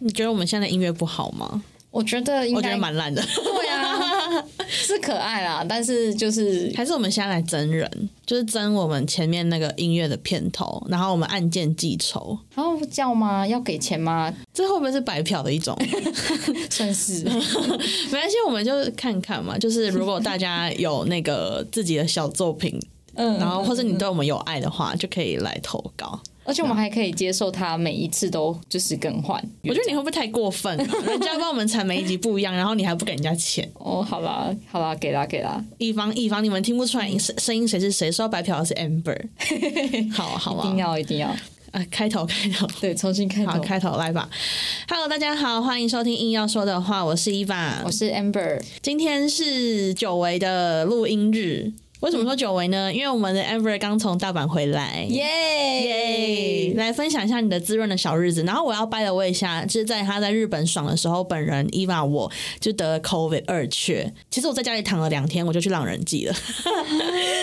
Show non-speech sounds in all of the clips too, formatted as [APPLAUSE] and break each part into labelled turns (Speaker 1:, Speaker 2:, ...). Speaker 1: 你觉得我们现在的音乐不好吗？
Speaker 2: 我觉得应
Speaker 1: 我觉
Speaker 2: 该
Speaker 1: 得蛮烂的，
Speaker 2: 对啊，是可爱啦，但是就是
Speaker 1: [LAUGHS] 还是我们现在来真人，就是真我们前面那个音乐的片头，然后我们按键记仇，
Speaker 2: 然后叫吗？要给钱吗？
Speaker 1: 这会不会是白嫖的一种？ [LAUGHS]
Speaker 2: 算是
Speaker 1: 没关系，我们就看看嘛。就是如果大家有那个自己的小作品，
Speaker 2: 嗯，
Speaker 1: 然后或者你对我们有爱的话，就可以来投稿。
Speaker 2: 而且我们还可以接受他每一次都就是更换。
Speaker 1: 我觉得你会不会太过分、啊？人家帮我们产每一集不一样，然 [LAUGHS] 后你还不给人家钱，
Speaker 2: 哦，好啦，好啦，给啦，给啦，
Speaker 1: 以防以防你们听不出来声声音谁是谁，说到白嫖的是 Amber，好
Speaker 2: [LAUGHS]
Speaker 1: 好
Speaker 2: 一定
Speaker 1: 吧，
Speaker 2: 要，一定要，
Speaker 1: 啊，开头开头。
Speaker 2: 对，重新开
Speaker 1: 好，
Speaker 2: 头。
Speaker 1: 开头来吧。Hello，大家好，欢迎收听硬要说的话，我是伊娃
Speaker 2: 我。是 Amber，
Speaker 1: 今天是久违的录音日，为什么说久违呢？因为我们的 Amber 刚从大阪回来。
Speaker 2: 耶
Speaker 1: 耶！来分享一下你的滋润的小日子，然后我要拜了我一下，就是在他在日本爽的时候，本人伊娃我就得 COVID 二确。其实我在家里躺了两天，我就去浪人记
Speaker 2: [LAUGHS]
Speaker 1: 了。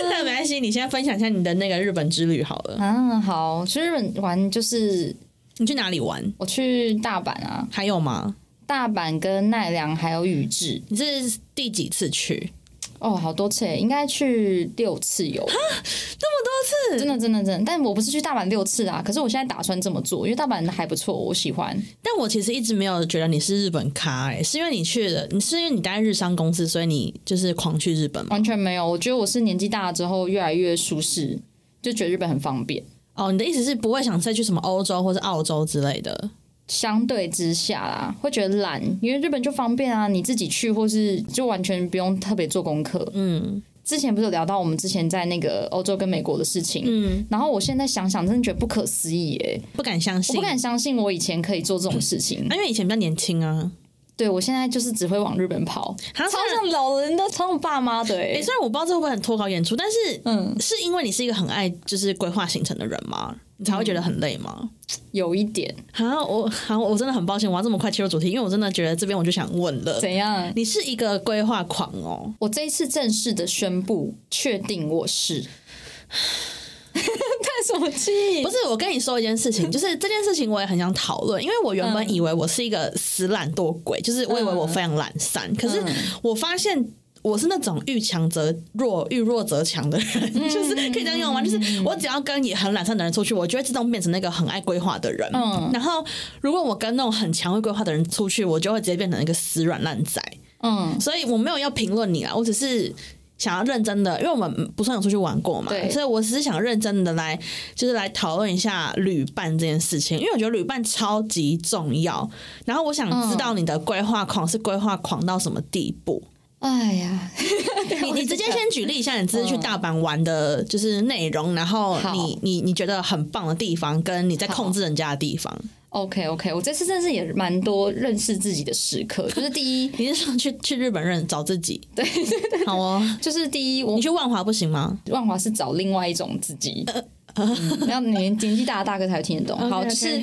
Speaker 1: 但没关系，你先分享一下你的那个日本之旅好了。
Speaker 2: 啊，好，去日本玩就是
Speaker 1: 你去哪里玩？
Speaker 2: 我去大阪啊，
Speaker 1: 还有吗？
Speaker 2: 大阪跟奈良还有宇治，
Speaker 1: 你是第几次去？
Speaker 2: 哦，好多次耶，应该去六次有，那么多次，真的真的真的。但我不是去大阪六次啊，可是我现在打算这么做，因为大阪还不错，我喜欢。
Speaker 1: 但我其实一直没有觉得你是日本咖、欸，是因为你去了，你是因为你待在日商公司，所以你就是狂去日本嘛？
Speaker 2: 完全没有，我觉得我是年纪大了之后越来越舒适，就觉得日本很方便。
Speaker 1: 哦，你的意思是不会想再去什么欧洲或是澳洲之类的？
Speaker 2: 相对之下啦，会觉得懒，因为日本就方便啊，你自己去或是就完全不用特别做功课。
Speaker 1: 嗯
Speaker 2: 之前不是有聊到我们之前在那个欧洲跟美国的事情，
Speaker 1: 嗯，
Speaker 2: 然后我现在想想，真的觉得不可思议耶、
Speaker 1: 不敢相
Speaker 2: 我
Speaker 1: 信，
Speaker 2: 不敢相信我以前可以做这种事情
Speaker 1: 啊。因为以前比较年轻啊。
Speaker 2: 对我现在就是只会往日本跑，
Speaker 1: 好
Speaker 2: 超像老人的，超像爸妈的、
Speaker 1: 哎、
Speaker 2: 欸。
Speaker 1: 虽然我不知道这会不会很脱稿演出，但是
Speaker 2: 嗯，
Speaker 1: 是因为你是一个很爱就是规划行程的人吗？你才会觉得很累
Speaker 2: 嗯
Speaker 1: 吗？
Speaker 2: 有一点
Speaker 1: 好、我好，我真的很抱歉，我要这么快切入主题，因为我真的觉得这边我就想问了，
Speaker 2: 怎样？
Speaker 1: 你是一个规划狂哦。
Speaker 2: 我这一次正式的宣布，确定我是。叹什么 [LAUGHS] 气？
Speaker 1: 不是，我跟你说一件事情，就是这件事情我也很想讨论，因为我原本以为我是一个死懒惰鬼，就是我以为我非常懒散，可是我发现。我是那种遇强则弱、遇弱则强的人，就是可以这样用吗？就是我只要跟也很懒散的人出去，我就会自动变成那个很爱规划的人。
Speaker 2: 嗯
Speaker 1: 然后如果我跟那种很强会规划的人出去，我就会直接变成一个死软烂仔。
Speaker 2: 嗯，
Speaker 1: 所以我没有要评论你啦，我只是想要认真的，因为我们不算有出去玩过嘛
Speaker 2: 对，
Speaker 1: 所以我只是想认真的来，就是来讨论一下旅伴这件事情，因为我觉得旅伴超级重要。然后我想知道你的规划狂是规划狂到什么地步？
Speaker 2: 哎呀，
Speaker 1: [LAUGHS]
Speaker 2: [LAUGHS]
Speaker 1: 你你直接先举例一下你这次去大阪玩的就是内容，然后
Speaker 2: 好
Speaker 1: 你你你觉得很棒的地方，跟你在
Speaker 2: 好
Speaker 1: 控制人家的地方。
Speaker 2: OK OK，我这次真的是也蛮多认识自己的时刻，就是第一，
Speaker 1: 你是说去去日本人找自己？对对对，好哦。
Speaker 2: 就是第一，我
Speaker 1: 你去万华不行吗？
Speaker 2: 万华是找另外一种自
Speaker 1: 呃
Speaker 2: 己，嗯然后年年纪大的大哥才会听得懂。好，
Speaker 1: OK，OK
Speaker 2: 就是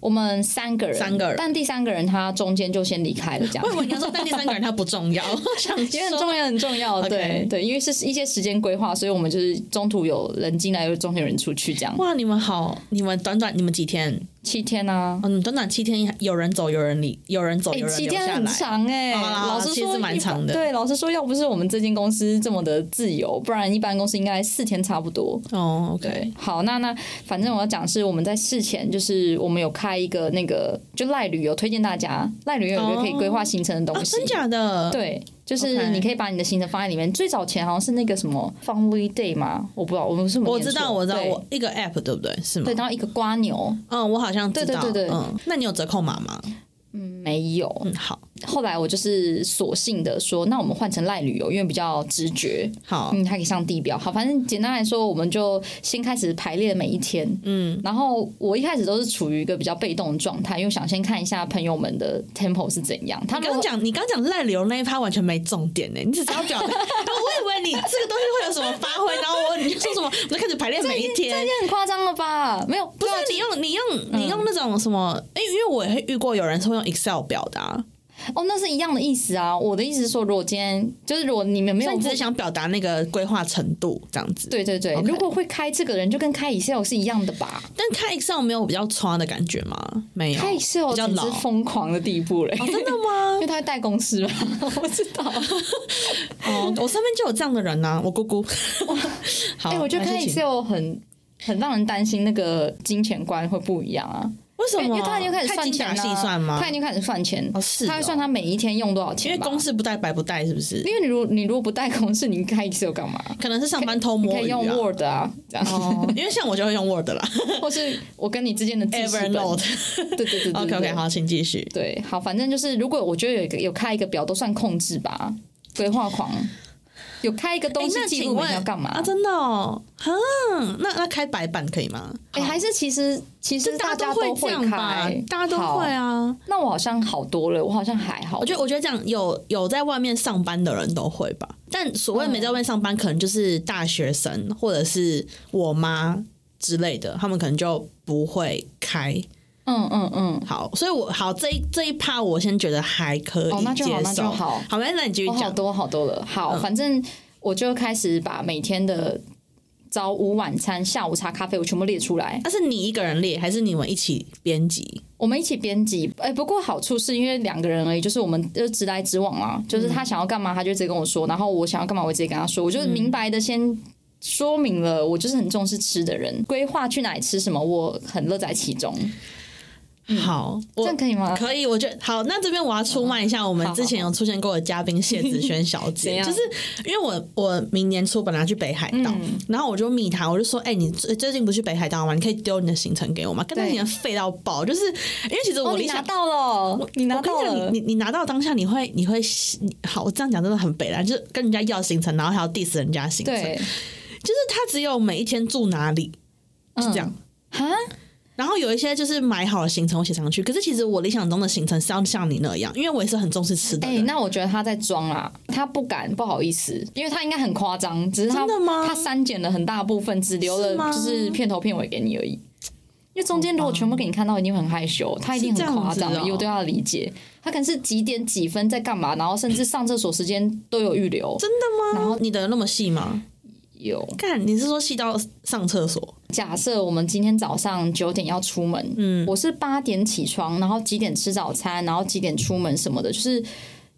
Speaker 2: 我们三个人，
Speaker 1: 三个人
Speaker 2: 但第三个人他中间就先离开了，这样
Speaker 1: 我以。 [LAUGHS] 为你要说，但第三个人他不重
Speaker 2: [LAUGHS]
Speaker 1: 要，我想
Speaker 2: 因为很
Speaker 1: 说 [LAUGHS]
Speaker 2: 重要，很重要，
Speaker 1: OK
Speaker 2: 对对，因为是一些时间规划，所以我们就是中途有人进来，有中途有人出去，这样
Speaker 1: 哇，你们好，你们短短你们几天？
Speaker 2: 七天啊，
Speaker 1: 哦，你们短短七天，有人走，有人离，有人走，
Speaker 2: 哎、
Speaker 1: 有人
Speaker 2: 七
Speaker 1: 留
Speaker 2: 天
Speaker 1: 下
Speaker 2: 很
Speaker 1: 来。
Speaker 2: 长哎、
Speaker 1: 好啦
Speaker 2: 老实
Speaker 1: 其实
Speaker 2: 说
Speaker 1: 蛮
Speaker 2: 一般
Speaker 1: 长的
Speaker 2: 对，老实说，要不是我们这间公司这么的自由，不然一般公司应该四天差不多。
Speaker 1: 哦，OK，
Speaker 2: 对，好，那那反正我要讲是我们在事前就是我们有开一个那个就赖旅游推荐大家，赖旅游有一个可以规划行程的
Speaker 1: 啊，
Speaker 2: 东西。
Speaker 1: 真假的？，
Speaker 2: 对，就是你
Speaker 1: OK
Speaker 2: 可以把你的行程放在里面。最早前好像是那个什么 Family Day 嘛，我不知道，我们是不是
Speaker 1: 我
Speaker 2: 念
Speaker 1: 知道，
Speaker 2: 错
Speaker 1: 我知道，
Speaker 2: 对
Speaker 1: 我一个 app 对不对？是吗
Speaker 2: 对，？然后一个瓜牛，
Speaker 1: 嗯，我好像知道。
Speaker 2: 对对对对
Speaker 1: 嗯，那你有折扣码吗？
Speaker 2: 嗯，没有。
Speaker 1: 嗯，好，
Speaker 2: 后来我就是索性的说，那我们换成赖旅游，因为比较直觉，
Speaker 1: 好，
Speaker 2: 嗯，还可以上地标。好，反正简单来说，我们就先开始排列每一天。
Speaker 1: 嗯，
Speaker 2: 然后我一开始都是处于一个比较被动的状态，因为想先看一下朋友们的 tempo 是怎样。他
Speaker 1: 你
Speaker 2: 们
Speaker 1: 刚刚讲，你刚刚讲赖流那一趴完全没重点呢，你只是要
Speaker 2: [LAUGHS]
Speaker 1: 表达。我以为你这个东西会有什么发挥，然后我你就说什么，我就开始排练每一天。
Speaker 2: 很夸张了吧？没有，啊嗯
Speaker 1: 不是你用你用你用那种什么？哎、因为我也会遇过有人是会用 Excel 表达、
Speaker 2: 哦，那是一样的意思啊。我的意思是说，如果今天就是如果你们没
Speaker 1: 所以
Speaker 2: 有
Speaker 1: 你只是想表达那个规划程度这样子。，
Speaker 2: 对对对
Speaker 1: OK
Speaker 2: 如果会开这个人，就跟开 Excel 是一样的吧？
Speaker 1: 但开 Excel 没有比较穿的感觉吗？没有，
Speaker 2: 开
Speaker 1: 比
Speaker 2: Excel
Speaker 1: 较
Speaker 2: 简
Speaker 1: 老哦
Speaker 2: 直。疯狂的地步嘞、
Speaker 1: 真的吗
Speaker 2: [LAUGHS] 因？为他会带公司吧？ [LAUGHS] 我不知道。
Speaker 1: 哦，我身边就有这样的人啊呐、我姑姑。 [LAUGHS] 好，
Speaker 2: 哎、我觉得
Speaker 1: 没
Speaker 2: 开
Speaker 1: 事情
Speaker 2: Excel 很很让人担心，那个金钱观会不一样啊。
Speaker 1: 为什
Speaker 2: 因
Speaker 1: 么？
Speaker 2: 为他已经开始算
Speaker 1: 精
Speaker 2: 钱
Speaker 1: 打
Speaker 2: 了、
Speaker 1: 细算吗
Speaker 2: 他？已经开始算钱，
Speaker 1: 哦是哦
Speaker 2: 他会算他每一天用多少
Speaker 1: 因
Speaker 2: 钱。
Speaker 1: 为公，式不带白不带，是不是？
Speaker 2: 因为你如你如果不带公式，你开 Excel 干嘛？
Speaker 1: 可能是上班偷
Speaker 2: 你
Speaker 1: 摸
Speaker 2: 可
Speaker 1: 鱼
Speaker 2: 以
Speaker 1: 啊
Speaker 2: 用 Word 啊，这样，
Speaker 1: 哦，因为像我就会用 Word 啦
Speaker 2: [LAUGHS] 或是我跟你之间的记事本。
Speaker 1: ，Evernote。
Speaker 2: [LAUGHS] 对对对对
Speaker 1: OK
Speaker 2: 对
Speaker 1: OK，好，请继续。
Speaker 2: 对，好，反正就是，如果我觉得有一个有开一个表，都算控制吧，规划狂。有开一个东
Speaker 1: 哎
Speaker 2: 西
Speaker 1: 那
Speaker 2: 记
Speaker 1: 请
Speaker 2: 录
Speaker 1: 问
Speaker 2: 你要干嘛？
Speaker 1: 啊？真的哦，哈，那那开白板可以吗？
Speaker 2: 哎、还是其实其实
Speaker 1: 这大
Speaker 2: 家
Speaker 1: 家都会这
Speaker 2: 会
Speaker 1: 样吧
Speaker 2: 开，，
Speaker 1: 大家都
Speaker 2: 好
Speaker 1: 会。啊。
Speaker 2: 那我好像好多了，我好像还好。
Speaker 1: 我觉得，我觉得这样有有在外面上班的人都会吧，但所
Speaker 2: 嗯
Speaker 1: 谓没在外面上班，可能就是大学生或者是我妈之类的，他们可能就不会开。
Speaker 2: 嗯嗯嗯，
Speaker 1: 好，所以我好这一这一趴，我先觉得还可以接受。
Speaker 2: 哦那就好那就好
Speaker 1: 好，那那你继
Speaker 2: 我
Speaker 1: 续
Speaker 2: 好
Speaker 1: 讲。嗯
Speaker 2: 多好多了。好，反正我就开始把每天的早午晚餐、下午茶、咖啡，我全部列出来。
Speaker 1: 那啊是你一个人列，还是你们一起编辑？
Speaker 2: 我们一起编辑，哎、不过好处是因为两个人而已，就是我们就直来直往啊，就是他想要干嘛，他就直接跟我说，然后我想要干嘛，我直接跟他说，我就明白的先说明了，我就是很重视吃的人，规划去哪里吃什么，我很乐在其中，
Speaker 1: 好，
Speaker 2: 嗯这
Speaker 1: 我
Speaker 2: 样可以吗？
Speaker 1: 可以，我觉得好。那这边我要
Speaker 2: 嗯
Speaker 1: 出卖一下我们之前有出现过的嘉宾谢子轩小
Speaker 2: [LAUGHS] 怎
Speaker 1: 姐，
Speaker 2: 样
Speaker 1: 就是因为我我明年初本来要去北海道，
Speaker 2: 嗯
Speaker 1: 然后我就密她，我就说，哎、你最最近不去北海道吗？你可以丢你的行程给我吗？跟他
Speaker 2: 对
Speaker 1: 你的废到爆，就是因为其实
Speaker 2: 哦，
Speaker 1: 我
Speaker 2: 你
Speaker 1: 理想
Speaker 2: 拿到了，你拿到
Speaker 1: 我跟你
Speaker 2: 了
Speaker 1: 讲，你，你你拿到当下你会你会你好，我这样讲真的很北然，就是跟人家要行程，然后还要 diss 人家行程，
Speaker 2: 对，
Speaker 1: 就是他只有每一天住哪里，就这样。
Speaker 2: 嗯哈，
Speaker 1: 然后有一些就是买好了行程我写上去，可是其实我理想中的行程是要像你那样，因为我也是很重视吃的
Speaker 2: 哎、
Speaker 1: 人。
Speaker 2: 那我觉得他在装啦，他不敢，不好意思，因为他应该很夸张，只是他
Speaker 1: 真的吗
Speaker 2: 他删减了很大部分，只留
Speaker 1: 是吗
Speaker 2: 了就是片头片尾给你而已。因为中间如果全部给你看到，一定会很害羞，他一定很夸
Speaker 1: 是这样
Speaker 2: 张
Speaker 1: 子哦，
Speaker 2: 有对他的理解。他可能是几点几分在干嘛，然后甚至上厕所时间都有预留，
Speaker 1: 真的吗？然后你的那么细吗？
Speaker 2: 有。
Speaker 1: 看你是说细到上厕所？
Speaker 2: 假设我们今天早上九点要出门，嗯，我是八点起床，然后几点吃早餐，然后几点出门什么的，就是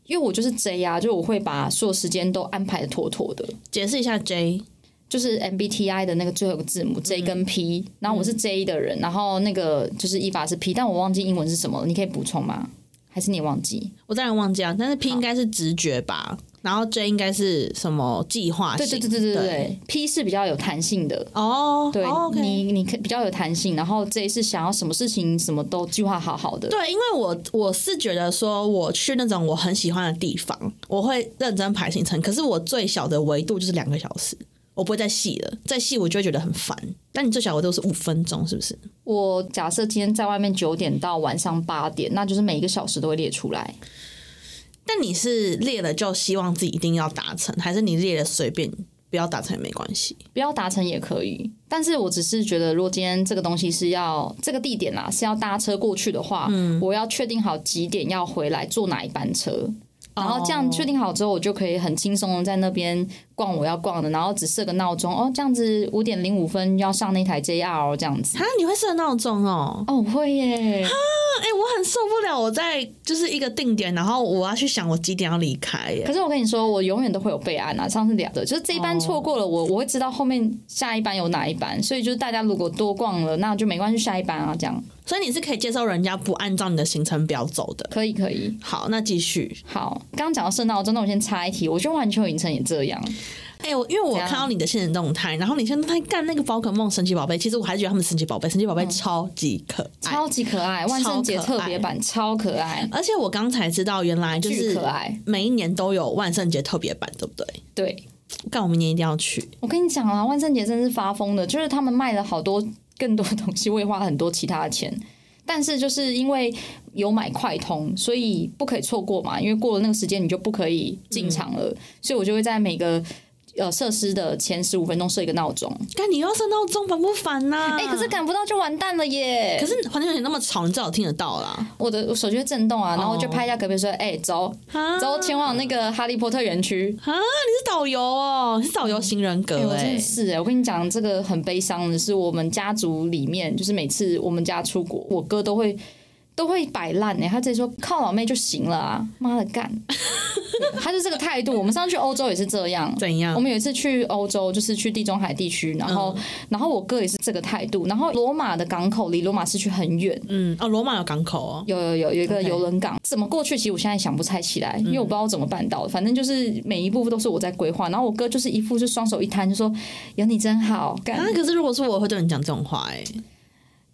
Speaker 2: 因为我就是 J 啊，就我会把所有时间都安排的妥妥的。
Speaker 1: 解释一下 J，
Speaker 2: 就是 MBTI 的那个最后一个字母 J 跟
Speaker 1: 嗯
Speaker 2: P，、然后我是 J 的人，然后那个就是伊法是 P，但我忘记英文是什么了，你可以补充吗？还是你也忘记？
Speaker 1: 我当然忘记啊，但是 P 应该是直觉吧，然后 J 应该是什么计划
Speaker 2: 对
Speaker 1: 性？
Speaker 2: 对对对对
Speaker 1: 啊
Speaker 2: 对
Speaker 1: 对。
Speaker 2: 对，P 是比较有弹性的，
Speaker 1: 哦，
Speaker 2: 对、
Speaker 1: 哦，OK
Speaker 2: 你你可比较有弹性，然后 J 是想要什么事情什么都计划好好的，
Speaker 1: 对，因为我我是觉得说，我去那种我很喜欢的地方，我会认真排行程。可是我最小的维度就是两个小时，我不会再细了，再细我就会觉得很烦。但你最小的都是五分钟，是不是？
Speaker 2: 我假设今天在外面九点到晚上八点，那就是每一个小时都会列出来。
Speaker 1: 但你是列了就希望自己一定要达成，还是你列了随便不要达成也没关系？
Speaker 2: 不要达成也可以，但是我只是觉得，如果今天这个东西是要这个地点啦，是要搭车过去的话，我要确定好几点要回来，坐哪一班车，哦然后
Speaker 1: 哦
Speaker 2: 这样确定好之后，我就可以很轻松的在那边逛我要逛的，然后只设个闹钟，哦，这样子五点零五分要上那台 JR 哦这样子。
Speaker 1: 啊，你会设闹钟哦？
Speaker 2: 哦，会耶，
Speaker 1: 哎、我很受不了，我在就是一个定点，然后我要去想我几点要离开耶。
Speaker 2: 可是我跟你说，我永远都会有备案啊。上次聊的，就是这一班错过了我，我会知道后面下一班有哪一班，所以就是大家如果多逛了，那就没关系，下一班啊，这样
Speaker 1: 所以你是可以接受人家不按照你的行程表走的。
Speaker 2: 可以可以。
Speaker 1: 好，那继续。
Speaker 2: 好，刚刚讲到圣诞，真的我先插一题，我觉得环球影城也这样，
Speaker 1: 哎、我因为我
Speaker 2: 怎样
Speaker 1: 看到你的现实动态，然后你现在在干那个宝可梦神奇宝贝，其实我还是觉得他们神奇宝贝，神奇宝贝超级可爱。
Speaker 2: 超级可爱，万圣节
Speaker 1: 超可爱
Speaker 2: 特别版超可爱，
Speaker 1: 而且我刚才知道，原来就
Speaker 2: 巨
Speaker 1: 是
Speaker 2: 可爱。
Speaker 1: 每一年都有万圣节特别版，对不对？
Speaker 2: 对，
Speaker 1: 干，我明年一定要去。
Speaker 2: 我跟你讲啊，万圣节真是发疯的，就是他们卖了好多更多东西，我也花了很多其他的钱。但是就是因为有买快通，所
Speaker 1: 嗯
Speaker 2: 以不可以错过嘛，因为过了那个时间你就不可以进场了，所以我就会在每个呃设施的前十五分钟设一个闹钟。
Speaker 1: 但你又要设闹钟，烦不烦呐、
Speaker 2: 哎、可是赶不到就完蛋了耶！
Speaker 1: 嗯可是环境有点那么吵，你至少听得到啦。
Speaker 2: 我的我手机会震动啊，然后我就
Speaker 1: 哦
Speaker 2: 拍一下隔壁说：“哎、走，
Speaker 1: 啊
Speaker 2: 走，前往那个哈利波特园区。
Speaker 1: 啊！你是导游哦，你是导游型人格
Speaker 2: 哎、我
Speaker 1: 哎、
Speaker 2: 真的是哎、我跟你讲，这个很悲伤的是，我们家族里面，就是每次我们家出国，我哥都会都会摆烂哎，他直接说靠老妹就行了啊，妈的干， [LAUGHS] 对他就这个态度。我们上次去欧洲也是这样，
Speaker 1: 怎样
Speaker 2: 我？们有一次去欧洲，就是去地中海地区，然后、然后我哥也是这个态度，然后罗马的港口离罗马市区很远。
Speaker 1: 嗯，哦，罗马有港口哦，
Speaker 2: 有有有有一个
Speaker 1: OK 嗯
Speaker 2: 游轮港怎么过去？其实我现在想不太起来，因为我不知道我怎么办到的。反正就是每一步都是我在规划，然后我哥就是一副就双手一摊，就说有你真好。干
Speaker 1: 啊，可是如果是我，我会对你讲这种话哎、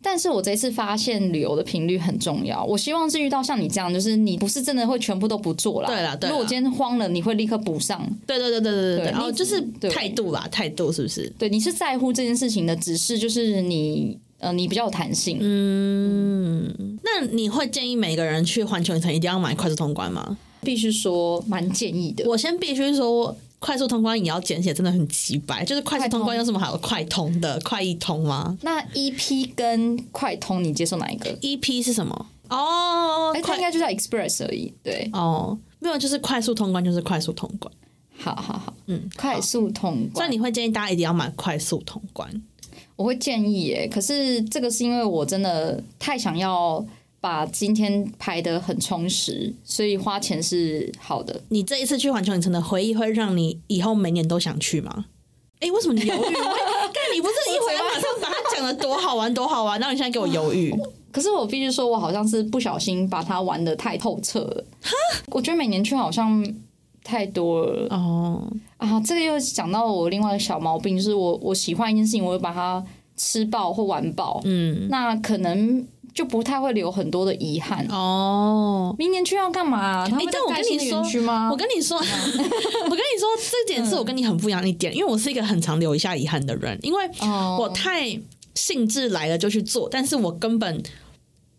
Speaker 2: 但是我这次发现旅游的频率很重要。我希望是遇到像你这样，就是你不是真的会全部都不做啦。
Speaker 1: 对啦对啦
Speaker 2: 如果我今天慌了，你会立刻补上。
Speaker 1: 对对对对对对
Speaker 2: 对
Speaker 1: 对，哦，
Speaker 2: 你
Speaker 1: 就是
Speaker 2: 对
Speaker 1: 态度啦，态度是不是？
Speaker 2: 对，你是在乎这件事情的，只是就是你呃，你比较有弹性。
Speaker 1: 嗯那你会建议每个人去环球影城一定要买快速通关吗？
Speaker 2: 必须说蛮建议的。
Speaker 1: 我先必须说，快速通关也要简写，真的很奇白。就是快速通关有什么好快通的？快一通吗
Speaker 2: 那 EP 跟快通，你接受哪一个？
Speaker 1: ？EP 是什么？哦
Speaker 2: 哎、，它
Speaker 1: 呃快
Speaker 2: 应该就叫 Express 而已。对，
Speaker 1: 哦，没有，就是快速通关，就是快速通关。
Speaker 2: 好好好，
Speaker 1: 嗯，
Speaker 2: 快速通
Speaker 1: 所以
Speaker 2: 关。
Speaker 1: 你会建议大家一定要买快速通关？
Speaker 2: 我会建议耶，可是这个是因为我真的太想要把今天排得很充实，所以花钱是好的。
Speaker 1: 你这一次去环球影城的回忆，会让你以后每年都想去吗？哎、为什么你犹豫？我看你不是一回来马上把它讲的多好玩多好玩，然后你现在给我犹豫？
Speaker 2: 可是我必须说，我好像是不小心把它玩得太透彻了。我觉得每年去好像太多了。
Speaker 1: 哦，
Speaker 2: 啊，这个又讲到我另外一个小毛病，就是我我喜欢一件事情，我会把它吃爆或玩爆，
Speaker 1: 嗯，
Speaker 2: 那可能就不太会留很多的遗憾。
Speaker 1: 哦，
Speaker 2: 明年去要干嘛、他
Speaker 1: 诶
Speaker 2: 们在
Speaker 1: 但我
Speaker 2: 盖
Speaker 1: 跟
Speaker 2: 新
Speaker 1: 你
Speaker 2: 的
Speaker 1: 说
Speaker 2: 园区吗？
Speaker 1: 我跟你 [LAUGHS] 说，我跟你说，这点是我跟你很不一样一点，因为我是一个很常留一下遗憾的人，因为
Speaker 2: 哦
Speaker 1: 我太兴致来了就去做，但是我根本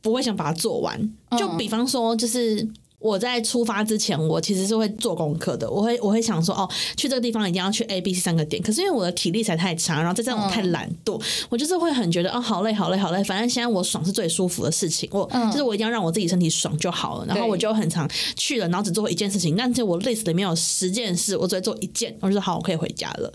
Speaker 1: 不会想把它做完。
Speaker 2: 嗯
Speaker 1: 就比方说，就是。我在出发之前，我其实是会做功课的。我会我会想说，哦，去这个地方一定要去 A、B、C 三个点。可是因为我的体力才太差，然后再加上我太懒惰，
Speaker 2: 嗯
Speaker 1: 我就是会很觉得，哦，好累，好累，好累。反正现在我爽是最舒服的事情，我、
Speaker 2: 嗯
Speaker 1: 就是我一定要让我自己身体爽就好了。然后
Speaker 2: 对
Speaker 1: 我就很常去了，然后只做一件事情。但是我 list 里面有十件事，我只会做一件，我就说好，我可以回家了。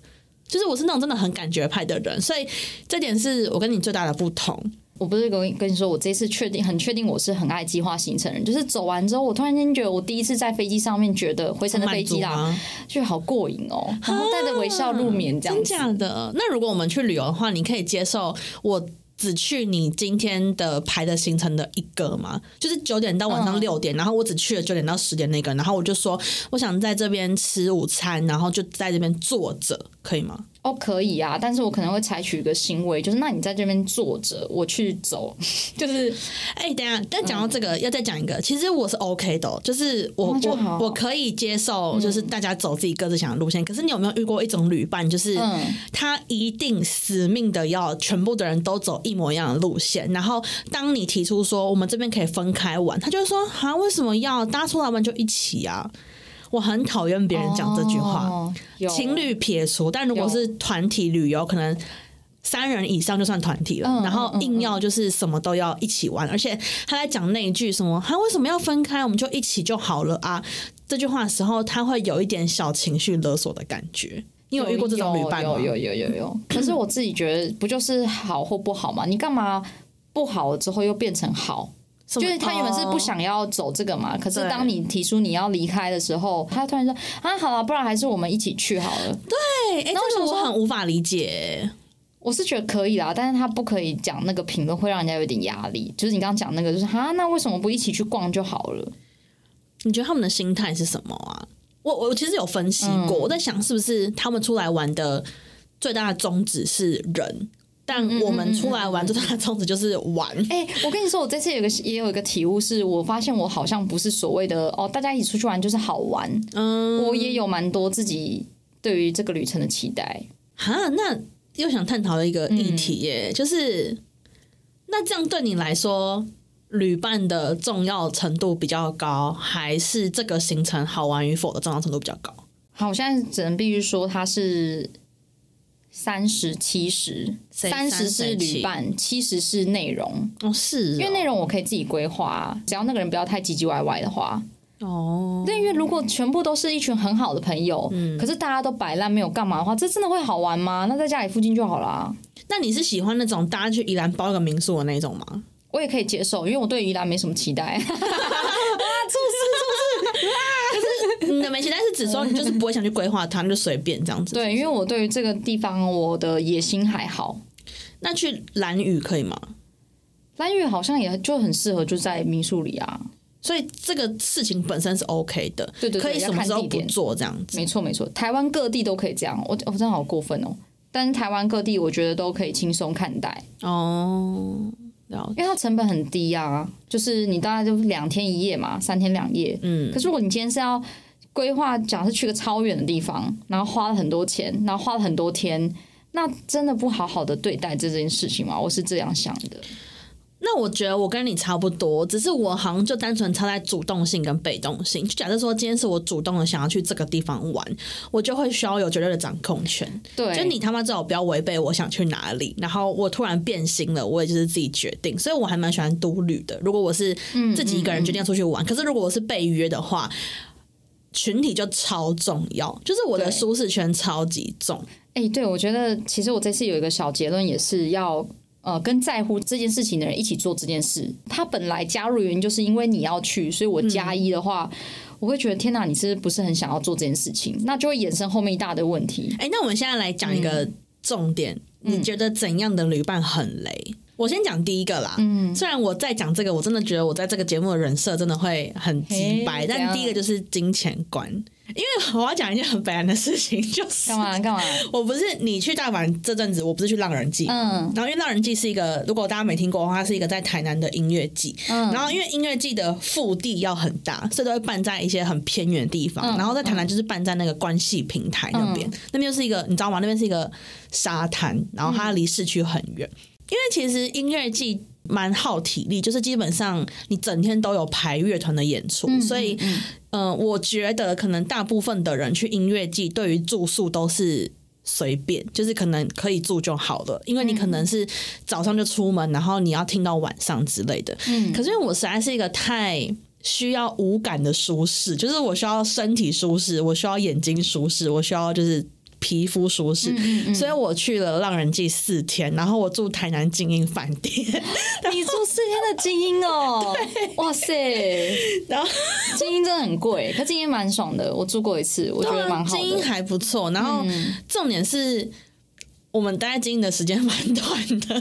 Speaker 1: 就是我是那种真的很感觉派的人，所以这点是我跟你最大的不同。
Speaker 2: 我不是跟你跟你说，我这次确定很确定我是很爱计划行程的人，就是走完之后，我突然间觉得我第一次在飞机上面觉得回程的飞机啊
Speaker 1: 满足
Speaker 2: 啦，
Speaker 1: 吗啊
Speaker 2: 就好过瘾哦，然后带着微笑入眠这样
Speaker 1: 真
Speaker 2: 子。
Speaker 1: 假的？那如果我们去旅游的话，你可以接受我只去你今天的排的行程的一个吗？就是九点到晚
Speaker 2: 嗯
Speaker 1: 上六点，然后我只去了九点到十点那个，然后我就说我想在这边吃午餐，然后就在这边坐着，可以吗？
Speaker 2: 哦，可以啊，但是我可能会采取一个行为，就是那你在这边坐着，我去走，就是
Speaker 1: 哎、等一下，但讲到这个，要再讲一个，其实我是 OK 的哦、就是我、
Speaker 2: 嗯那就好嗯
Speaker 1: 我我可以接受，就是大家走自己各自想的路线。可是你有没有遇过一种旅伴，就是
Speaker 2: 嗯
Speaker 1: 他一定死命的要全部的人都走一模一样的路线，然后当你提出说我们这边可以分开玩，他就会说啊，为什么要大家出来玩就一起啊？我很讨厌别人讲这句话。
Speaker 2: 哦、有
Speaker 1: 情侣撇除，但如果
Speaker 2: 有
Speaker 1: 是团体旅游，可能三人以上就算团体了。
Speaker 2: 嗯
Speaker 1: 然后
Speaker 2: 嗯嗯
Speaker 1: 硬要就是什么都要一起玩，而且他在讲那一句什么“他啊为什么要分开，我们就一起就好了啊”这句话的时候，他会有一点小情绪勒索的感觉。你有遇过这种旅伴吗
Speaker 2: 有？有有有
Speaker 1: [LAUGHS]
Speaker 2: 有。可是我自己觉得，不就是好或不好嘛？你干嘛不好了之后又变成好？
Speaker 1: 什
Speaker 2: 就
Speaker 1: 么
Speaker 2: 是他原本是不想要走这个嘛，可是
Speaker 1: 哦对
Speaker 2: 当你提出你要离开的时候，他突然说啊，好了，不然还是我们一起去好了。
Speaker 1: 对，哎、
Speaker 2: 然后
Speaker 1: 这
Speaker 2: 我
Speaker 1: 个
Speaker 2: 想
Speaker 1: 我
Speaker 2: 说
Speaker 1: 很无法理解。
Speaker 2: 我是觉得可以啦，但是他不可以讲那个评论，会让人家有点压力。就是你刚刚讲那个，就是啊，那为什么不一起去逛就好了？
Speaker 1: 你觉得他们的心态是什么啊？我我其实有分析过，
Speaker 2: 嗯
Speaker 1: 我在想是不是他们出来玩的最大的宗旨是人，但
Speaker 2: 嗯
Speaker 1: 我们出来玩最大的宗旨就是玩。
Speaker 2: 哎、我跟你说，我这次有一个也有一个体悟是，我发现我好像不是所谓的哦，大家一起出去玩就是好玩。
Speaker 1: 嗯，
Speaker 2: 我也有蛮多自己对于这个旅程的期待。
Speaker 1: 哈，那又想探讨一个议题
Speaker 2: 嗯
Speaker 1: 耶，就是那这样对你来说，旅伴的重要程度比较高，还是这个行程好玩与否的重要程度比较高？
Speaker 2: 好，我现在只能必须说它是三十七十，
Speaker 1: 谁
Speaker 2: 三十
Speaker 1: 谁
Speaker 2: 是旅
Speaker 1: 七
Speaker 2: 伴，七十是内容。
Speaker 1: 哦，是哦，
Speaker 2: 因为内容我可以自己规划、啊，只要那个人不要太唧唧歪歪的话。
Speaker 1: 哦，
Speaker 2: 但因为如果全部都是一群很好的朋友，
Speaker 1: 嗯
Speaker 2: 可是大家都摆烂没有干嘛的话，这真的会好玩吗？那在家里附近就好啦。
Speaker 1: 那你是喜欢那种大家去宜兰包一个民宿的那种吗？
Speaker 2: 我也可以接受，因为我对宜兰没什么期待。 [LAUGHS]
Speaker 1: 你的美期待是指说你就是不会想去规划它，你就随便这样子。
Speaker 2: 对，因为我对于这个地方我的野心还好。
Speaker 1: 那去兰屿可以吗？
Speaker 2: 蓝屿好像也就很适合就在民宿里啊，
Speaker 1: 所以这个事情本身是 OK 的，
Speaker 2: 对对对
Speaker 1: 可以什么时候不做这样子？
Speaker 2: 没错没错，台湾各地都可以这样，我我真的好过分哦。但是台湾各地我觉得都可以轻松看待，
Speaker 1: 哦，然后
Speaker 2: 因为它成本很低啊，就是你大概就两天一夜嘛，三天两夜。嗯，可是如果你今天是要规划，假设去个超远的地方，然后花了很多钱，然后花了很多天，那真的不好好的对待这件事情嘛？我是这样想的。
Speaker 1: 那我觉得我跟你差不多，只是我好像就单纯差在主动性跟被动性。就假设说今天是我主动的想要去这个地方玩，我就会需要有绝对的掌控权。
Speaker 2: 对，
Speaker 1: 就你他妈最好不要违背我想去哪里，然后我突然变心了，我也就是自己决定，所以我还蛮喜欢独旅的。如果我是自己一个人决定要出去
Speaker 2: 嗯
Speaker 1: 玩，可是如果我是被约的话，群体就超重要，就是我的
Speaker 2: 对
Speaker 1: 舒适圈超级重。
Speaker 2: 哎、对，我觉得其实我这次有一个小结论，也是要呃跟在乎这件事情的人一起做这件事。他本来加入原因就是因为你要去，所以我加
Speaker 1: 嗯
Speaker 2: 一的话，我会觉得天哪，你是不是很想要做这件事情？那就会衍生后面一大堆问题。
Speaker 1: 哎、那我们现在来讲一
Speaker 2: 嗯
Speaker 1: 个重点，你觉得怎样的旅伴很雷？我先讲第一个啦，嗯，虽然我在讲这个，我真的觉得我在这个节目的人设真的会很鸡
Speaker 2: 嘿
Speaker 1: 白，
Speaker 2: 怎
Speaker 1: 但
Speaker 2: 样
Speaker 1: 第一个就是金钱观，因为我要讲一件很白然的事情，就是
Speaker 2: 干 [LAUGHS] 嘛干嘛？
Speaker 1: 我不是你去大阪这阵子，我不是去浪人祭，
Speaker 2: 嗯
Speaker 1: 然后因为浪人祭是一个，如果大家没听过的话，它是一个在台南的音乐季，
Speaker 2: 嗯
Speaker 1: 然后因为音乐季的腹地要很大，所以都会办在一些很偏远的地方，
Speaker 2: 嗯
Speaker 1: 然后在台南就是办在那个关系平台那边，那边就是一个你知道吗？那边是一个沙滩，然后它离市区很远，因为其实音乐季。蛮耗体力，就是基本上你整天都有排乐团的演出，所以
Speaker 2: 嗯
Speaker 1: 嗯，我觉得可能大部分的人去音乐季，对于住宿都是随便，就是可能可以住就好了，因为你可能
Speaker 2: 嗯
Speaker 1: 是早上就出门，然后你要听到晚上之类的。
Speaker 2: 嗯
Speaker 1: 可是因为我实在是一个太。需要无感的舒适，就是我需要身体舒适，我需要眼睛舒适，我需要就是皮肤舒
Speaker 2: 嗯
Speaker 1: 适，所以我去了浪人祭四天，然后我住台南精英饭店，
Speaker 2: 你住四天的精英哦，哇塞，
Speaker 1: 然后
Speaker 2: 精英真的很贵，可精英蛮爽的，我住过一次，我觉
Speaker 1: 对
Speaker 2: 得
Speaker 1: 啊
Speaker 2: 蛮好
Speaker 1: 精英
Speaker 2: 的。嗯
Speaker 1: 还不错。然后重点是我们待在精英的时间蛮短
Speaker 2: [LAUGHS]
Speaker 1: 的，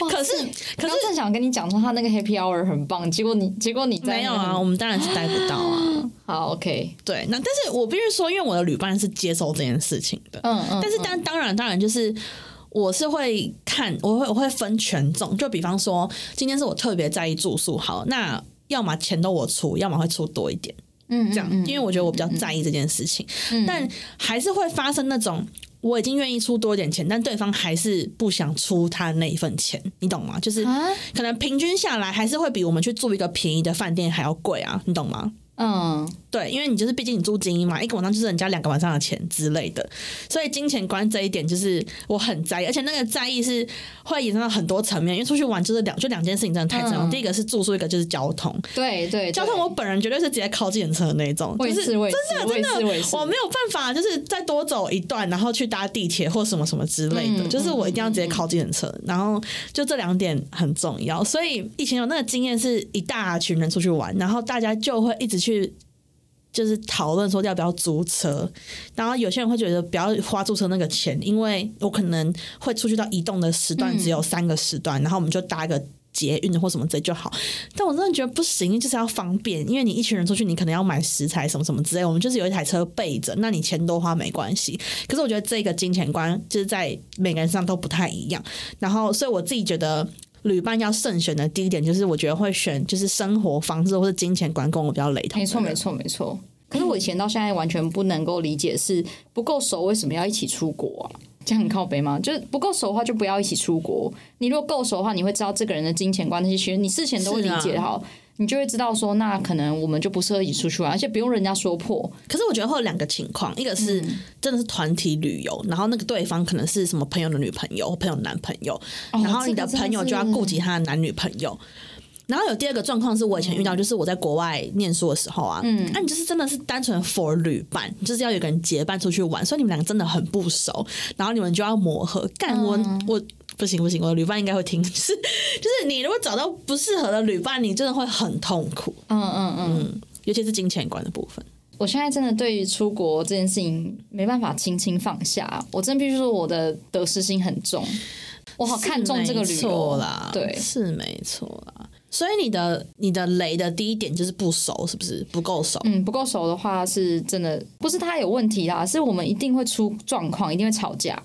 Speaker 2: 哇
Speaker 1: 可是
Speaker 2: 这我刚正想跟你讲说他那个 Happy Hour 很棒，结果你结果你在
Speaker 1: 没有
Speaker 2: 那个
Speaker 1: 啊，我们当然是待不到啊。
Speaker 2: 好 OK，
Speaker 1: 对，那但是我必须说，因为我的旅伴是接受这件事情的，
Speaker 2: 嗯嗯，
Speaker 1: 但是
Speaker 2: 嗯
Speaker 1: 当当然当然就是。我是会看，我会我会分权重，就比方说，今天是我特别在意住宿，好，那要么钱都我出，要么会出多一点，
Speaker 2: 嗯
Speaker 1: 这样，
Speaker 2: 嗯嗯嗯
Speaker 1: 因为我觉得我比较在意这件事情，但还是会发生那种我已经愿意出多一点钱，但对方还是不想出他那一份钱，你懂吗？就是
Speaker 2: 啊，
Speaker 1: 可能平均下来还是会比我们去住一个便宜的饭店还要贵啊，你懂吗？
Speaker 2: 嗯，
Speaker 1: 对，因为你就是毕竟你住精英嘛，一个晚上就是人家两个晚上的钱之类的，所以金钱观这一点就是我很在意，而且那个在意是会衍生到很多层面，因为出去玩就是两就两件事情真的太重要，
Speaker 2: 嗯
Speaker 1: 第一个是住宿，一个就是交通，
Speaker 2: 对对，
Speaker 1: 交通我本人绝对是直接靠自行车的那一种，
Speaker 2: 我也
Speaker 1: 就是
Speaker 2: 是，我也是，我也是，我也是
Speaker 1: 我没有办法，就是再多走一段，然后去搭地铁或什么什么之类的，
Speaker 2: 嗯
Speaker 1: 就是我一定要直接靠计程车。然后就这两点很重要，所以以前有那个经验，是一大群人出去玩，然后大家就会一直去。就是讨论说要不要租车，然后有些人会觉得不要花租车那个钱，因为我可能会出去到移动的时
Speaker 2: 嗯
Speaker 1: 段只有三个时段，然后我们就搭一个捷运或什么之类就好。但我真的觉得不行，就是要方便，因为你一群人出去，你可能要买食材什么什么之类，我们就是有一台车备着，那你钱多花没关系。可是我觉得这个金钱观就是在每个人身上都不太一样，然后所以我自己觉得。旅伴要慎选的第一点就是，我觉得会选就是生活方式或者金钱观跟我比较雷同。
Speaker 2: 没错，没。错，没错。可是我以前到现在完全不能够理解，是不够熟为什么要一起出国啊？这样很靠北吗？就是不够熟的话，就不要一起出国。你如果够熟的话，你会知道这个人的金钱观那些，其实你事前都会理解
Speaker 1: 啊
Speaker 2: 好，你就会知道说，那可能我们就不适合一起出去玩，而且不用人家说破。
Speaker 1: 可是我觉得会有两个情况，一个是真的是团体旅游，然后那个对方可能是什么朋友的女朋友、朋友男朋友，然后你的朋友就要顾及他的男女朋友。然后有第二个状况是我以前遇到，就是我在国外念书的时候啊，嗯，那、你就是真的是单纯 for 旅伴，你就是要有个人结伴出去玩，所以你们两个真的很不熟，然后你们就要磨合。干我、我不行不行，我的旅伴应该会听， [LAUGHS] 就是就是你如果找到不适合的旅伴，你真的会很痛苦，
Speaker 2: 嗯嗯嗯。
Speaker 1: 尤其是金钱观的部分。
Speaker 2: 我现在真的对于出国这件事情没办法轻轻放下，我真必须说我的得失心很重，我好哦看重这个旅
Speaker 1: 是没
Speaker 2: 游
Speaker 1: 错啦，
Speaker 2: 对
Speaker 1: 是没错啦。所以你的你的雷的第一点就是不熟，是不是不够熟？
Speaker 2: 嗯，不够熟的话是真的不是他有问题啦，是我们一定会出状况，一定会吵架。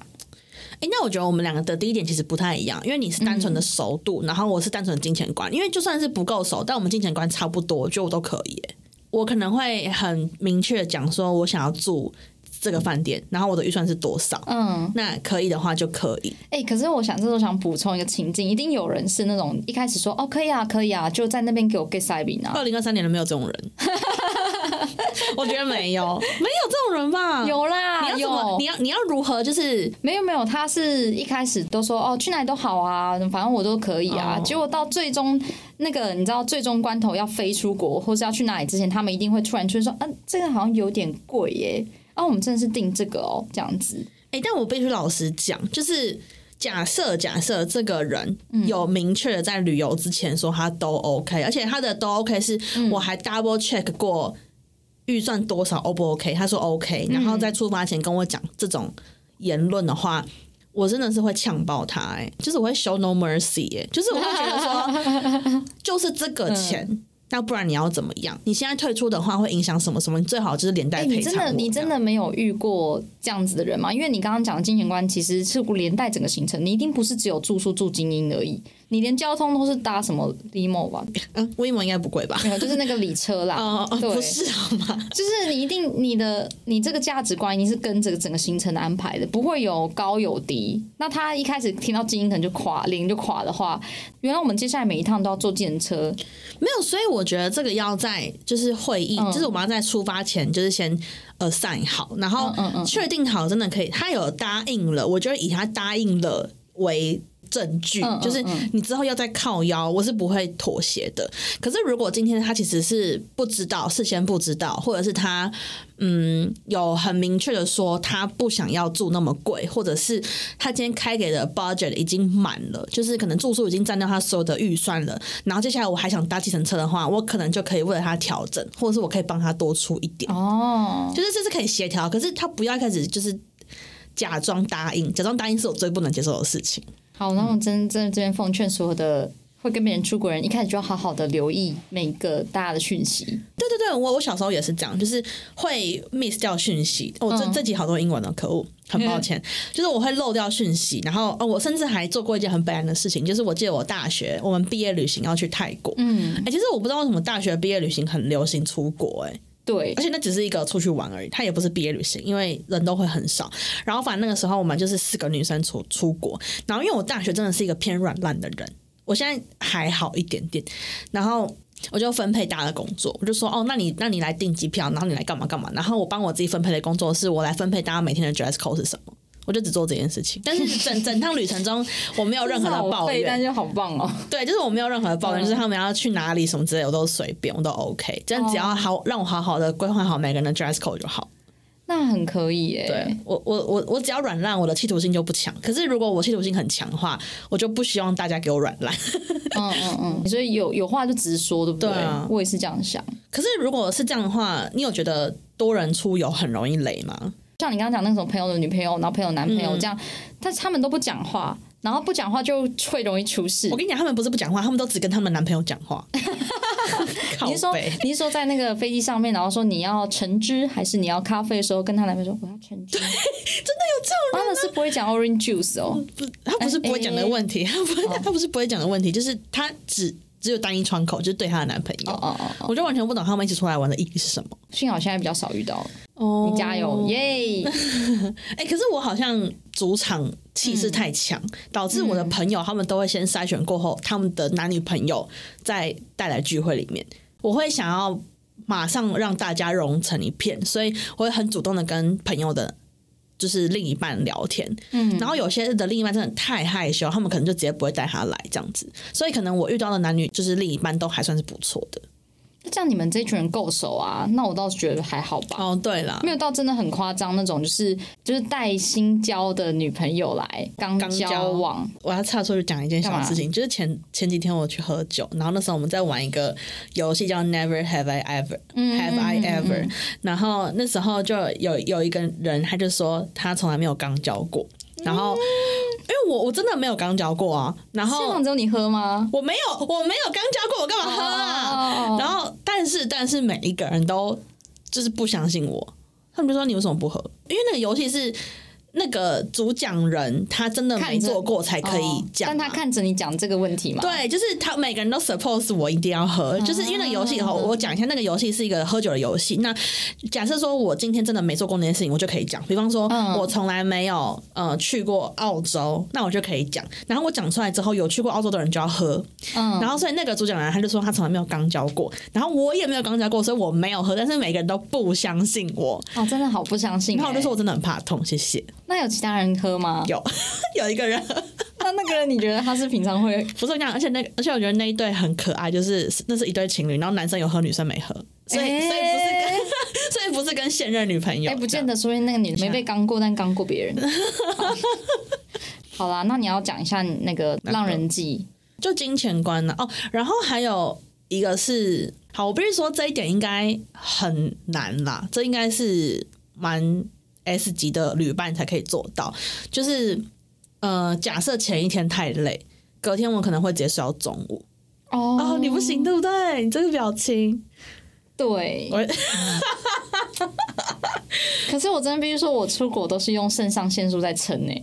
Speaker 1: 哎、那我觉得我们两个的第一点其实不太一样，因为你是单
Speaker 2: 嗯
Speaker 1: 纯的熟度，然后我是单纯的金钱观。因为就算是不够熟，但我们金钱观差不多，我觉得我都可以耶。我可能会很明确的讲说，我想要住这个饭店，然后我的预算是多少。
Speaker 2: 嗯，
Speaker 1: 那可以的话就可以，
Speaker 2: 哎、可是我想这时候想补充一个情境，一定有人是那种一开始说哦可以啊可以啊，就在那边给我 get 塞饼啊，
Speaker 1: 二零二三年了没有这种
Speaker 2: [LAUGHS]
Speaker 1: 人，我觉得没有，没有这种人吧？
Speaker 2: 有啦，
Speaker 1: 你要怎么？
Speaker 2: 啊有
Speaker 1: 你。要你要如何？就是
Speaker 2: 没有没有，他是一开始都说哦去哪里都好啊，反正我都可以啊。
Speaker 1: 哦
Speaker 2: 结果到最终那个你知道最终关头要飞出国或是要去哪里之前，他们一定会突然就说，嗯、这个好像有点贵耶，啊我们真的是订这个哦这样子。
Speaker 1: 哎、但我必须老实讲，就是假设假设这个人
Speaker 2: 嗯
Speaker 1: 有明确的在旅游之前说他都 OK，、而且他的都 OK 是
Speaker 2: 嗯
Speaker 1: 我还 double check 过预算多少 O 不 OK，他说 OK，然
Speaker 2: 嗯
Speaker 1: 后在出发前跟我讲这种言论的话。我真的是会呛爆他哎、就是我会 show no mercy 哎、就是我会觉得说，
Speaker 2: [LAUGHS]
Speaker 1: 就是这个钱，
Speaker 2: 嗯
Speaker 1: 那不然你要怎么样？你现在退出的话会影响什么什么？你最好就是连带
Speaker 2: 哎、
Speaker 1: 赔
Speaker 2: 你
Speaker 1: 偿
Speaker 2: 真
Speaker 1: 我、
Speaker 2: 的你
Speaker 1: 这样
Speaker 2: 真的没有遇过这样子的人吗？因为你刚刚讲的金钱观其实是连带整个行程，你一定不是只有住宿住精英而已，你连交通都是搭什么 limo 吧？
Speaker 1: 嗯，威猛应该不贵吧？
Speaker 2: 没有，就是那个礼车啦。
Speaker 1: 哦，哦
Speaker 2: 对
Speaker 1: 不是好吗？
Speaker 2: 就是你一定你的你这个价值观，你是跟着整个行程的安排的，不会有高有低。那他一开始听到精英可能就垮，零就垮的话，原来我们接下来每一趟都要坐电车，
Speaker 1: [LAUGHS] 没有，所以我觉得这个要在就是会议，就是我们要在出发前，就是先呃 sign 好，然后
Speaker 2: 嗯嗯嗯
Speaker 1: 确定好，真的可以，他有答应了，我就以他答应了为。证据
Speaker 2: 嗯嗯
Speaker 1: 就是你之后要再靠腰，我是不会妥协的。可是如果今天他其实是不知道，事先不知道，或者是他嗯有很明确的说他不想要住那么贵，或者是他今天开给的 budget 已经满了，就是可能住宿已经占掉他所有的预算了，然后接下来我还想搭计程车的话，我可能就可以为了他调整，或者是我可以帮他多出一点，
Speaker 2: 哦，
Speaker 1: 就是这是可以协调。可是他不要一开始就是假装答应，假装答应是我最不能接受的事情。
Speaker 2: 好，那我真真的这边奉劝所有的会跟别人出国人，一开始就要好好的留意每个大家的讯息。
Speaker 1: 对对对，我我小时候也是这样，就是会 miss 掉讯息。我、这
Speaker 2: 嗯
Speaker 1: 这集好多英文哦，可恶，很抱
Speaker 2: [LAUGHS]
Speaker 1: 歉。就是我会漏掉讯息，然后哦，我甚至还做过一件很悲哀的事情，就是我记得我大学我们毕业旅行要去泰国。
Speaker 2: 嗯，
Speaker 1: 哎、其实我不知道为什么大学毕业旅行很流行出国、哎，
Speaker 2: 对
Speaker 1: 而，且那只是一个出去玩而已，它也不是毕业旅行，因为人都会很少。然后反正那个时候我们就是四个女生出出国，然后因为我大学真的是一个偏软烂的人，我现在还好一点点，然后。我就分配大家的工作，我就说哦，那你那你来订机票，然后你来干嘛干嘛，然后我帮我自己分配的工作是我来分配大家每天的 dress code 是什么，我就只做这件事情。但是整整趟旅程中，我没有任何的
Speaker 2: 好
Speaker 1: 抱
Speaker 2: 废，但
Speaker 1: 怨，
Speaker 2: 是好棒哦。
Speaker 1: 对，就是我没有任何的抱怨，
Speaker 2: 嗯
Speaker 1: 就是他们要去哪里什么之类，我都随便，我都 OK，真的只要
Speaker 2: 哦
Speaker 1: 好让我好好的规划好每个人的 dress code 就好。
Speaker 2: [LAUGHS] 那很可以耶、
Speaker 1: 对我我我我只要软烂，我的企图心就不强。可是如果我企图心很强的话，我就不希望大家给我软烂。 [LAUGHS]
Speaker 2: 嗯嗯嗯，所以有有话就直说，对不对？
Speaker 1: 对啊
Speaker 2: 我也是这样想。
Speaker 1: 可是如果是这样的话，你有觉得多人出游很容易累吗？
Speaker 2: 像你刚刚讲那种朋友的女朋友，然后朋友男朋友
Speaker 1: 嗯
Speaker 2: 这样，但是他们都不讲话，然后不讲话就会容易出事
Speaker 1: 我。跟你讲，他们不是不讲话，他们都只跟他们男朋友讲
Speaker 2: [LAUGHS]
Speaker 1: 话。
Speaker 2: 你
Speaker 1: 靠
Speaker 2: 是说
Speaker 1: 背，
Speaker 2: 你是说在那个飞机上面，然后说你要橙汁还是你要咖啡的时候，跟她男朋友说我要橙
Speaker 1: [LAUGHS]
Speaker 2: 汁，真的有这种人、他们是不会讲 orange juice 哦，
Speaker 1: 他不是不会讲的问题，他不、他不是不会讲的问题，就是他只只有单一窗口，就是对她的男朋友。
Speaker 2: 哦哦哦哦，
Speaker 1: 我就完全不懂他们一起出来玩的意义是什么。
Speaker 2: 幸好现在比较少遇到了，
Speaker 1: 哦
Speaker 2: 你加油耶！
Speaker 1: 哎、可是我好像主场气势太强，导致我的朋友他们都会先筛选过后，他们的男女朋友再带来聚会里面，我会想要马上让大家融成一片，所以我会很主动的跟朋友的。就是另一半聊天，嗯，然后有些的另一半真的太害羞，他们可能就直接不会带他来这样子，所以可能我遇到的男女就是另一半都还算是不错的。
Speaker 2: 那这样你们这群人够熟啊？那我倒是觉得还好吧。
Speaker 1: 哦，对啦，
Speaker 2: 没有到真的很夸张那种，就是就是带新交的女朋友来刚
Speaker 1: 刚交
Speaker 2: 交往，
Speaker 1: 我要插出去讲一件小
Speaker 2: 干嘛
Speaker 1: 事情，就是前前几天我去喝酒，然后那时候我们在玩一个游戏叫 Never Have I Ever，Have、I
Speaker 2: 嗯
Speaker 1: Ever，、然后那时候就有有一个人，他就说他从来没有刚交过，然后、
Speaker 2: 嗯
Speaker 1: 因为我我真的没有刚交过啊，然
Speaker 2: 现
Speaker 1: 后
Speaker 2: 场只有你喝吗？
Speaker 1: 我没有我没有刚交过，我干 [LAUGHS] 嘛喝啊？
Speaker 2: 哦
Speaker 1: 然后但是但是每一个人都就是不相信我，他们就说你为什么不喝？因为那个游戏是。那个主讲人他真的没
Speaker 2: 看着
Speaker 1: 做过才可以
Speaker 2: 哦
Speaker 1: 讲、啊
Speaker 2: 但他看着你讲这个问题嘛，，
Speaker 1: 对，就是他每个人都 suppose 我一定要喝，
Speaker 2: 哦
Speaker 1: 就是因为那个游戏哈，我讲一下，那个游戏是一个喝酒的游戏。那假设说我今天真的没做过那件事情，我就可以讲。比方说，
Speaker 2: 嗯
Speaker 1: 我从来没有呃去过澳洲，那我就可以讲。然后我讲出来之后，有去过澳洲的人就要喝。
Speaker 2: 嗯，
Speaker 1: 然后所以那个主讲人他就说他从来没有刚交过，然后我也没有刚交过，所以我没有喝。但是每个人都不相信我，
Speaker 2: 哦，真的好不相信、欸。
Speaker 1: 然后我就说我真的很怕痛，谢谢。
Speaker 2: 那有其他人喝吗？
Speaker 1: 有 [LAUGHS] 有一个人。
Speaker 2: 那那个人你觉得他是平常会？
Speaker 1: 不是我跟你讲，而且那个，而且我觉得那一对很可爱，就是那是一对情侣，然后男生有喝，女生没喝，所以、所以不是
Speaker 2: 哎
Speaker 1: 跟 [LAUGHS] 所以不是跟现任女朋友，
Speaker 2: 哎、不见
Speaker 1: 得。
Speaker 2: 得，说不定那个女的没被刚过，但刚过
Speaker 1: [LAUGHS]
Speaker 2: 别人。好啦，那你要讲一下那个《浪人记
Speaker 1: 就金钱观呢、哦，然后还有一个是，好，我必须说这一点应该很难啦，这应该是蛮 S 级的旅伴才可以做到，就是呃，假设前一天太累，隔天我可能会直接睡到中午。》
Speaker 2: 哦
Speaker 1: 哦，你不行，对不对？你这个表情，
Speaker 2: 对
Speaker 1: 我。
Speaker 2: [LAUGHS] 可是我真的必须说，我出国都是用肾上腺素在撑诶、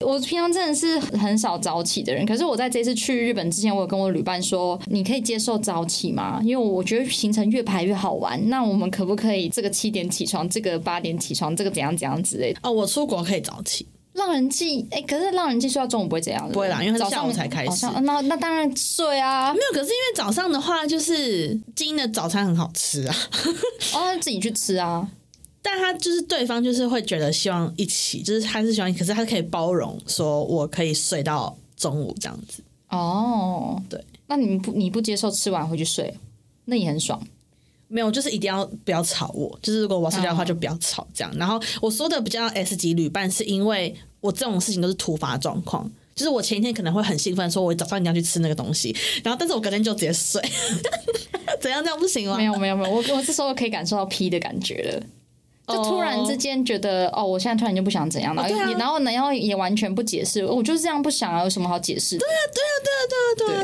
Speaker 2: 我平常真的是很少早起的人，可是我在这次去日本之前，我有跟我旅伴说，你可以接受早起吗？因为我觉得行程越排越好玩。那我们可不可以这个七点起床，这个八点起床，这个怎样怎样之类的？
Speaker 1: 哦，我出国可以早起。
Speaker 2: 让人记，哎、可是让人记睡到中午不会怎样，
Speaker 1: 不会啦
Speaker 2: 对对
Speaker 1: 因为它
Speaker 2: 早
Speaker 1: 是下午
Speaker 2: 上
Speaker 1: 才开始
Speaker 2: 早上那那当然睡啊
Speaker 1: [LAUGHS] 没，有，可是因为早上的话，就是金的早餐很好吃啊，
Speaker 2: 哦，自己去吃啊。
Speaker 1: 但他就是对方就是会觉得希望一起，就是他是希望，可是他可以包容，说我可以睡到中午这样子。
Speaker 2: 哦，
Speaker 1: 对，
Speaker 2: 那你们不你不接受吃完回去睡，那也很爽。
Speaker 1: 没有，就是一定要不要吵我，就是如果我要睡觉的话
Speaker 2: 嗯
Speaker 1: 就不要吵这样。然后我说的比较 S 级旅伴，是因为我这种事情都是突发状况。就是我前一天可能会很兴奋，说我早上一定要去吃那个东西，然后但是我隔天就直接睡， [LAUGHS] 怎样这样不行吗？
Speaker 2: 没有没有没有，我我这时候可以感受到 P 的感觉了。就
Speaker 1: [LAUGHS] 哦
Speaker 2: 突然之间觉得哦，我现在突然就不想怎样了，
Speaker 1: 对啊
Speaker 2: 也然后呢，然后也完全不解释，哦我就是这样不想啊，有什么好解释的？
Speaker 1: 对啊，
Speaker 2: 对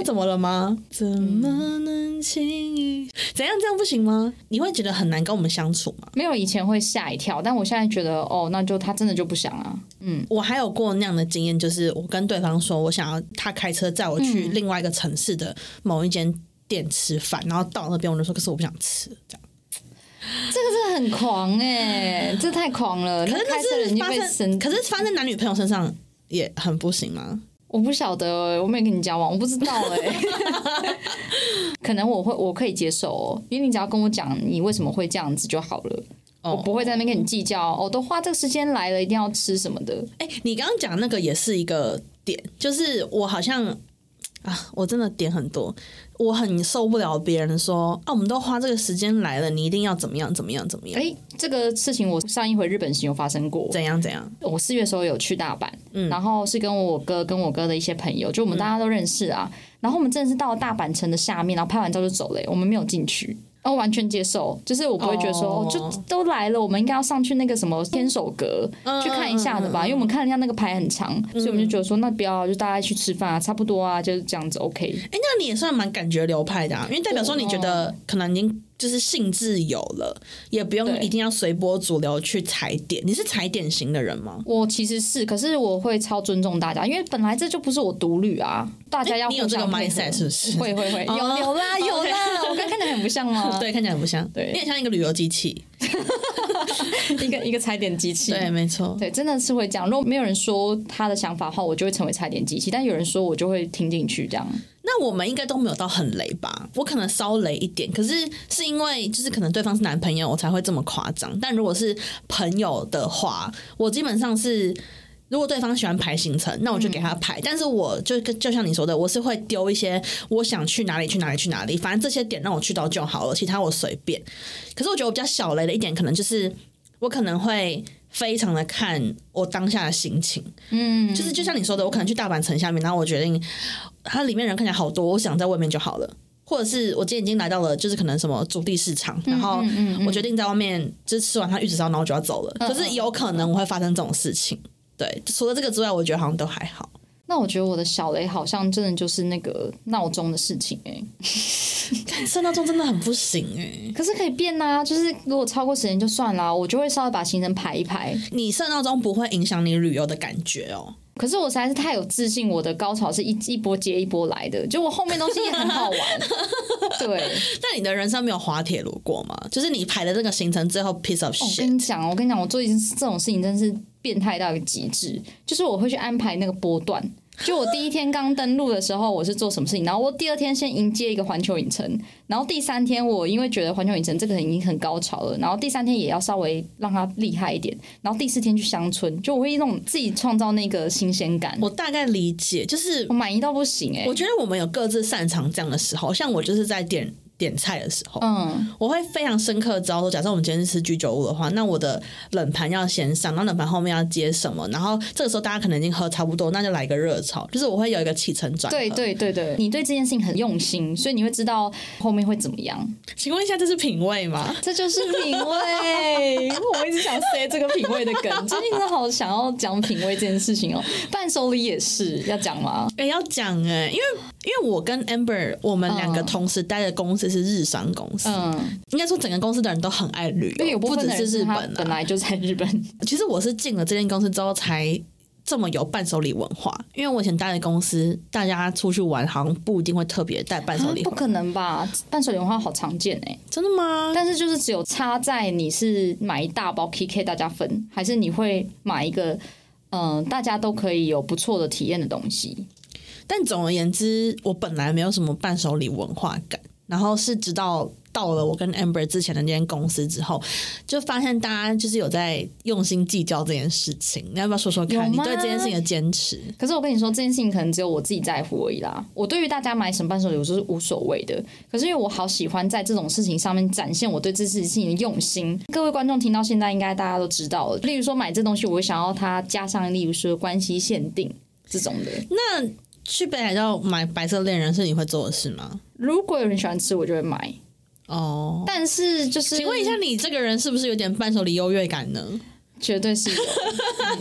Speaker 2: 嗯
Speaker 1: 怎么了吗？怎么能轻易？怎样这样不行吗？你会觉得很难跟我们相处吗？
Speaker 2: 没有以前会吓一跳，但我现在觉得哦，那就他真的就不想啊，嗯，
Speaker 1: 我还有过那样的经验，就是我跟对方说我想要他开车载我
Speaker 2: 嗯
Speaker 1: 去另外一个城市的某一间店吃饭，然后到那边我就说，可是我不想吃，这样。
Speaker 2: 这很狂哎、这太狂了，
Speaker 1: 欸可
Speaker 2: 那
Speaker 1: 是
Speaker 2: 开
Speaker 1: 那
Speaker 2: 车的人
Speaker 1: 是
Speaker 2: 就
Speaker 1: 发
Speaker 2: 被
Speaker 1: 生，
Speaker 2: 神，
Speaker 1: 可是发生男女朋友身上也很不行吗？
Speaker 2: 我不晓得、我没有跟你交往，我不知道哎、 [LAUGHS] 可能我会我可以接受哦，因为你只要跟我讲你为什么会这样子就好了。
Speaker 1: 哦
Speaker 2: 我不会在那边跟你计较，哦，都花这个时间来了，一定要吃什么的。
Speaker 1: 哎、你刚刚讲那个也是一个点，就是我好像啊，我真的点很多，我很受不了别人说啊，我们都花这个时间来了，你一定要怎么样怎么样怎么样，
Speaker 2: 哎、这个事情我上一回日本行有发生过，
Speaker 1: 怎样怎样，
Speaker 2: 我四月的时候有去大阪，然后是跟我哥跟我哥的一些朋友，就我们大家都认识啊。然后我们真的是到了大阪城的下面，然后拍完照就走了、我们没有进去。然后完全接受，就是我不会觉得说，
Speaker 1: 哦
Speaker 2: 哦，就都来了，我们应该要上去那个什么天守阁、去看一下的吧，因为我们看了一下那个排很长，所以我们就觉得说，那不要，就大家去吃饭啊，差不多啊，就是这样子，OK。
Speaker 1: 哎、那你也算蛮感觉流派的、啊，因为代表说你觉得可能已经就是兴致有了，也不用
Speaker 2: 对
Speaker 1: 一定要随波逐流去踩点。你是踩点型的人吗？
Speaker 2: 我其实是，可是我会超尊重大家，因为本来这就不是我独立啊，大家要
Speaker 1: 你有
Speaker 2: 互
Speaker 1: 这个
Speaker 2: 相配合
Speaker 1: mindset 是不是？
Speaker 2: 会会会，有
Speaker 1: 哦 [LAUGHS]
Speaker 2: 有啦有啦，我刚看起来很不像啊吗？
Speaker 1: 对，看起来很不像，
Speaker 2: 呃对
Speaker 1: 你很像一个旅游机器。
Speaker 2: [LAUGHS] 一个一个踩点机器。
Speaker 1: 对，没错。
Speaker 2: 对真的是会这样。如果没有人说他的想法的话，我就会成为踩点机器；但有人说，我就会听进去。这样，
Speaker 1: 那我们应该都没有到很雷吧？我可能稍雷一点，可是是因为就是可能对方是男朋友，我才会这么夸张。但如果是朋友的话，我基本上是。呃如果对方喜欢排行程，那我就给他排。但是我就跟就像你说的，我是会丢一些我想去哪里去哪里去哪里，反正这些点让我去到就好了，其他我随便。可是我觉得我比较小雷的一点，可能就是我可能会非常的看我当下的心情。
Speaker 2: 嗯，
Speaker 1: 就是就像你说的，我可能去大阪城下面，然后我决定它里面人看起来好多，我想在外面就好了。或者是我今天已经来到了，就是可能什么主地市场，然后
Speaker 2: 嗯嗯
Speaker 1: 我决定在外面就是吃完它玉子烧，然后我就要走了。
Speaker 2: 嗯
Speaker 1: 可是有可能我会发生这种事情，对。除了这个之外，我觉得好像都还好。
Speaker 2: 那我觉得我的小雷好像真的就是那个闹钟的事情哎、欸
Speaker 1: 但圣闹钟真的很不行哎、
Speaker 2: 可是可以变呐、就是如果超过时间就算啦，我就会稍微把行程排一排。
Speaker 1: 你圣闹钟不会影响你旅游的感觉哦。
Speaker 2: 可是我实在是太有自信，我的高潮是一一波接一波来的，就我后面东西也很好玩。对，
Speaker 1: 但你的人生没有滑铁卢过吗？就是你排的这个行程最后 piece of
Speaker 2: 哦我
Speaker 1: shit，、
Speaker 2: 跟你讲，我跟你讲，我做一件事这种事情真是变态到一个极致，就是我会去安排那个波段。就我第一天刚登录的时候，我是做什么事情？然后我第二天先迎接一个环球影城，然后第三天我因为觉得环球影城这个已经很高潮了，然后第三天也要稍微让它厉害一点，然后第四天去乡村，就我会那种自己创造那个新鲜感，
Speaker 1: 我大概理解，就是
Speaker 2: 我满意到不行哎、
Speaker 1: 我觉得我们有各自擅长这样的时候，像我就是在点点菜的时候，
Speaker 2: 嗯，
Speaker 1: 我会非常深刻的知道说，假设我们今天是吃居酒屋的话，那我的冷盘要先上，然后冷盘后面要接什么，然后这个时候大家可能已经喝差不多，那就来一个热炒，就是我会有一个起承转合。
Speaker 2: 对。对对对，你对这件事情很用心，所以你会知道后面会怎么样。
Speaker 1: 请问一下，这是品味
Speaker 2: [LAUGHS]
Speaker 1: 吗？
Speaker 2: 这就是品味。我一直想 say 这个品味的梗，最近真的好想要讲品味这件事情哦。伴手礼也是要讲吗？
Speaker 1: 哎、要讲哎、因为因为我跟 Amber 我们两个
Speaker 2: 嗯
Speaker 1: 同时待的公司是日商公司，
Speaker 2: 嗯，
Speaker 1: 应该说整个公司的人都很爱旅
Speaker 2: 因为
Speaker 1: 游，
Speaker 2: 有部
Speaker 1: 不
Speaker 2: 分
Speaker 1: 只
Speaker 2: 的人
Speaker 1: 日
Speaker 2: 他
Speaker 1: 本啊
Speaker 2: 本，来就在日本，
Speaker 1: 其实我是进了这间公司之后才这么有伴手礼文化，因为我以前待的公司，大家出去玩好像不一定会特别带伴手礼
Speaker 2: 啊不
Speaker 1: 回来。
Speaker 2: 可能吧？伴手礼文化好常见哎、
Speaker 1: 真的吗？
Speaker 2: 但是就是只有差在你是买一大包 KK 大家分，还是你会买一个嗯、呃大家都可以有不错的体验的东西。
Speaker 1: 但总而言之，我本来没有什么伴手礼文化感，然后是直到到了我跟 Amber 之前的那间公司之后，就发现大家就是有在用心计较这件事情。你要不要说说
Speaker 2: 有
Speaker 1: 看你
Speaker 2: 吗
Speaker 1: 对这件事情的坚持？
Speaker 2: 可是我跟你说，这件事情可能只有我自己在乎而已啦。我对于大家买什么伴手礼，我就是无所谓的。可是因为我好喜欢在这种事情上面展现我对这事情的用心。各位观众听到现在，应该大家都知道了。例如说买这东西，我会想要它加上，例如说关系限定这种的。
Speaker 1: 那去北海道买白色恋人是你会做的事吗？
Speaker 2: 如果有人喜欢吃，我就会买。
Speaker 1: 哦，
Speaker 2: 但是就是，
Speaker 1: 请问一下，，你这个人是不是有点伴手礼优越感呢？
Speaker 2: 绝对 [LAUGHS] 是有。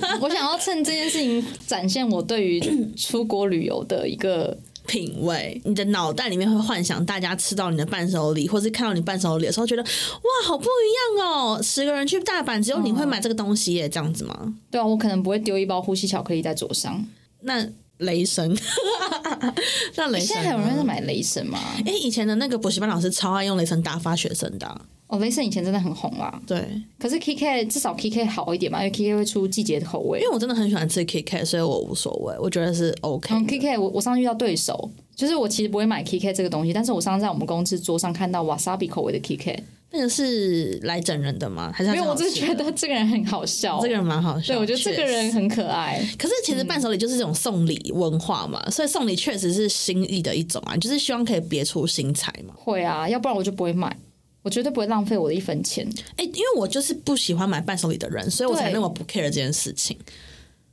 Speaker 2: 嗯我想要趁这件事情展现我对 [COUGHS] 于出国旅游的一个
Speaker 1: 品味，你的脑袋里面会幻想大家吃到你的伴手礼，或是看到你伴手礼的时候，觉得哇，好不一样哦！十个人去大阪，只有你会买这个东西耶，这样子吗？
Speaker 2: 对啊，我可能不会丢一包呼吸巧克力在桌上。
Speaker 1: 那雷神， [LAUGHS] 那雷神呢，
Speaker 2: 现在还有人在买雷神吗？
Speaker 1: 哎、以前的那个补习班老师超爱用雷神打发学生的啊、
Speaker 2: 哦，雷神以前真的很红啦，
Speaker 1: 对，
Speaker 2: 可是 KK 至少 KK 好一点嘛，因为 KK 会出季节的口味
Speaker 1: 因。为我真的很喜欢吃 K K，所以我无所谓，我觉得是 O、k
Speaker 2: 嗯，KK 我我上次遇到对手，就是我其实不会买 KK 这个东西，但是我上次在我们公司桌上看到 wasabi 口味的 KK，
Speaker 1: 那个是来整人的吗？还是他
Speaker 2: 因为我
Speaker 1: 好吃
Speaker 2: 就觉得这个人很好笑，
Speaker 1: 这个人蛮好笑，
Speaker 2: 对我觉得这
Speaker 1: 确
Speaker 2: 个
Speaker 1: 实
Speaker 2: 人很可爱。
Speaker 1: 可是其实伴手礼就是这种送礼文化嘛，所以送礼确实是心意的一种啊，就是希望可以别出心裁嘛。
Speaker 2: 会啊，要不然我就不会买，我绝对不会浪费我的一分钱。
Speaker 1: 哎、因为我就是不喜欢买伴手礼的人，所以我才
Speaker 2: 对
Speaker 1: 那么不 care 这件事情。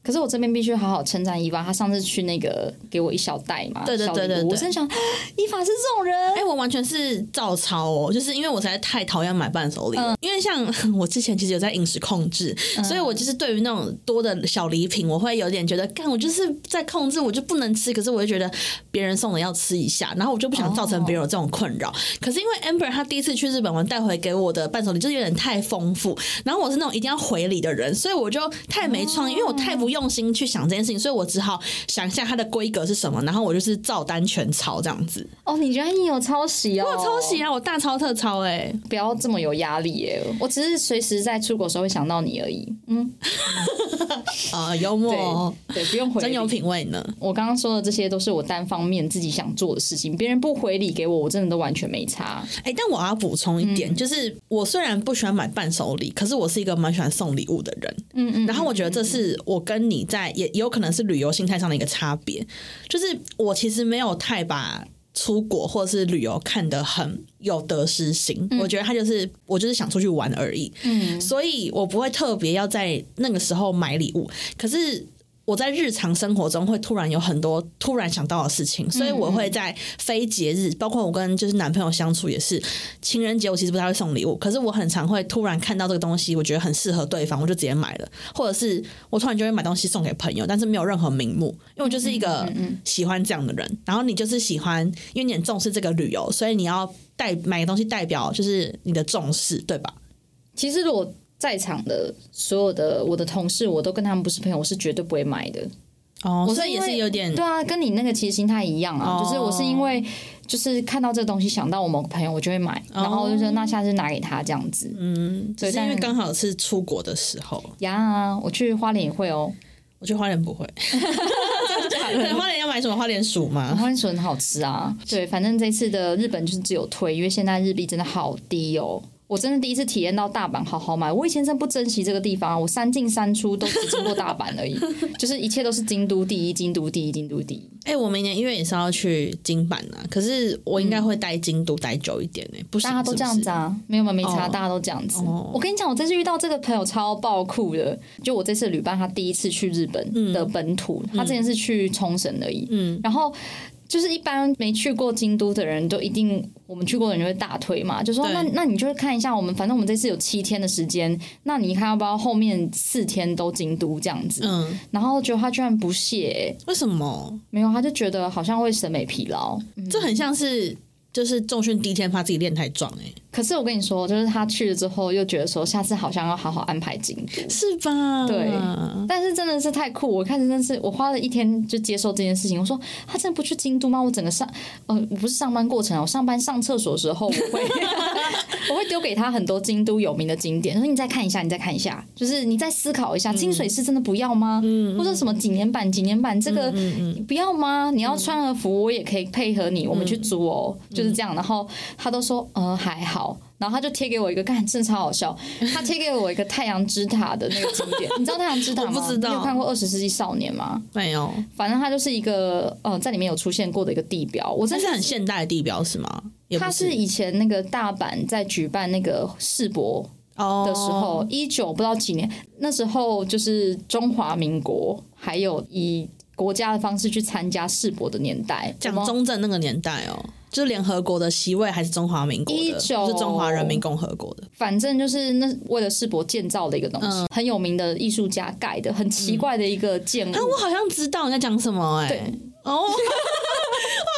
Speaker 2: 可是我这边必须好好称赞伊娃，她上次去那个给我一小袋嘛，
Speaker 1: 对对
Speaker 2: 小礼
Speaker 1: 对对
Speaker 2: 物我
Speaker 1: 对
Speaker 2: 真想， [GASPS] 啊伊娃是这种人
Speaker 1: 哎、，我完全是照抄哦，就是因为我实在太讨厌买伴手礼了。因为像 [LAUGHS] 我之前其实有在饮食控制，所以我就是对于那种多的小礼品，我会有点觉得，干我就是在控制，我就不能吃。可是我就觉得别人送的要吃一下，然后我就不想造成别人有这种困扰。可是因为 Amber 她第一次去日本玩带回给我的伴手礼，就是有点太丰富，然后我是那种一定要回礼的人，所以我就太没创意，因为我太不用心去想这件事情，所以我只好想一下它的规格是什么，然后我就是照单全抄这样子。
Speaker 2: 哦，你居然也有抄袭哦，
Speaker 1: 我抄袭啊！我大抄特抄哎、
Speaker 2: 不要这么有压力耶！我只是随时在出国的时候会想到你而已。
Speaker 1: 啊、幽默
Speaker 2: 对、
Speaker 1: 哦，
Speaker 2: 对，不用回礼
Speaker 1: 真有。品味呢。
Speaker 2: 我刚刚说的这些都是我单方面自己想做的事情，别人不回礼给我，我真的都完全没差。
Speaker 1: 哎、但我要补充一点，就是我虽然不喜欢买伴手礼，可是我是一个蛮喜欢送礼物的人。嗯嗯。然后我觉得这是我跟你在也也有可能是旅游心态上的一个差别，就是我其实没有太把。出国或是旅游看得很有得失心，我觉得他就是我就是想出去玩而已，嗯，所以我不会特别要在那个时候买礼物。可是我在日常生活中会突然有很多突然想到的事情，所以我会在非节日，包括我跟就是男朋友相处也是，情人节我其实不太会送礼物，可是我很常会突然看到这个东西，我觉得很适合对方，我就直接买了，或者是我突然就会买东西送给朋友，但是没有任何名目，因为我就是一个喜欢这样的人。然后你就是喜欢，因为你很重视这个旅游，所以你要代买个东西代表就是你的重视，对吧？
Speaker 2: 其实我在场的所有的我的同事，我都跟他们不是朋友，我是绝对不会买的。
Speaker 1: 哦，
Speaker 2: 我
Speaker 1: 所
Speaker 2: 是
Speaker 1: 以
Speaker 2: 因
Speaker 1: 也
Speaker 2: 为
Speaker 1: 是有点
Speaker 2: 对啊，跟你那个其实心态一样啊，
Speaker 1: 哦
Speaker 2: 就是我是因为就是看到这东西想到我某个朋友，我就会买，然后就说那下次拿给他这样子。
Speaker 1: 哦嗯，只
Speaker 2: 对
Speaker 1: 是因为
Speaker 2: 但
Speaker 1: 刚好是出国的时候，
Speaker 2: 呀，我去花莲也会哦，
Speaker 1: 我去花莲不
Speaker 2: [LAUGHS]
Speaker 1: 会。对，花莲要买什么花莲薯吗？
Speaker 2: 花莲薯很哦好吃啊。对，反正这次的日本就是只有推，因为现在日币真的好低哦。我真的第一次体验到大阪好好买，我以前真不珍惜这个地方啊，我三进三出都只经过大阪而已， [LAUGHS] 就是一切都是京都第一，京都第一，京都第一。
Speaker 1: 哎、我明年一月也是要去京阪啊，可是我应该会待京都待久一点呢、不行
Speaker 2: 大家都这样子
Speaker 1: 啊。
Speaker 2: 啊，没有没有没差，
Speaker 1: 哦
Speaker 2: 大家都这样子。
Speaker 1: 哦
Speaker 2: 我跟你讲，我这次遇到这个朋友超爆酷的，就我这次旅伴他第一次去日本的本土，他之前是去冲绳而已，
Speaker 1: 嗯
Speaker 2: 然后。就是一般没去过京都的人，都一定我们去过的人就会大推嘛，就说
Speaker 1: 对
Speaker 2: 那那你就看一下我们，反正我们这次有七天的时间，那你看要不要后面四天都京都这样子？
Speaker 1: 嗯，
Speaker 2: 然后结果他居然不屑、
Speaker 1: 为什么？
Speaker 2: 没有，他就觉得好像会审美疲劳，
Speaker 1: 这很像是就是重训第一天怕自己练太壮哎、
Speaker 2: 可是我跟你说，就是他去了之后，又觉得说下次好像要好好安排京都。
Speaker 1: 是吧？
Speaker 2: 对但是真的是太酷，我看真的是我花了一天就接受这件事情。我说他真的不去京都吗？我整个上呃我不是上班过程啊，我上班上厕所的时候，我会 [LAUGHS] 我会丢给他很多京都有名的景点，说你再看一下，你再看一下，就是你再思考一
Speaker 1: 嗯
Speaker 2: 下，清水寺真的不要吗？或者什么几年版几年版这个
Speaker 1: 嗯
Speaker 2: 不要吗？你要穿和服，我也可以配合你，我们去租
Speaker 1: 嗯
Speaker 2: 哦，就是这样。然后他都说呃还好。然后他就贴给我一个，干，真的超好笑。他贴给我一个太阳之塔的那个景
Speaker 1: [LAUGHS]
Speaker 2: 点，你知道太阳之塔吗？
Speaker 1: 我不知道
Speaker 2: 你有看过《二十世纪少年》吗？
Speaker 1: 没有，
Speaker 2: 反正它就是一个呃，在里面有出现过的一个地标。我
Speaker 1: 这
Speaker 2: 真
Speaker 1: 是
Speaker 2: 的
Speaker 1: 很现代的地标是吗？也不
Speaker 2: 它
Speaker 1: 是
Speaker 2: 是以前那个大阪在举办那个世博
Speaker 1: 哦
Speaker 2: 的时候，一九、不知道几年，那时候就是中华民国还有以国家的方式去参加世博的年代。
Speaker 1: 讲
Speaker 2: 我们
Speaker 1: 中正那个年代哦，就是联合国的席位还是中华民国的，
Speaker 2: 19
Speaker 1: 不是中华人民共和国的。
Speaker 2: 反正就是那为了世博建造的一个东西，很有名的艺术家盖的，很奇怪的一个建物。
Speaker 1: 啊，我好像知道你在讲什么哎、
Speaker 2: 对
Speaker 1: 哦， [LAUGHS] 我好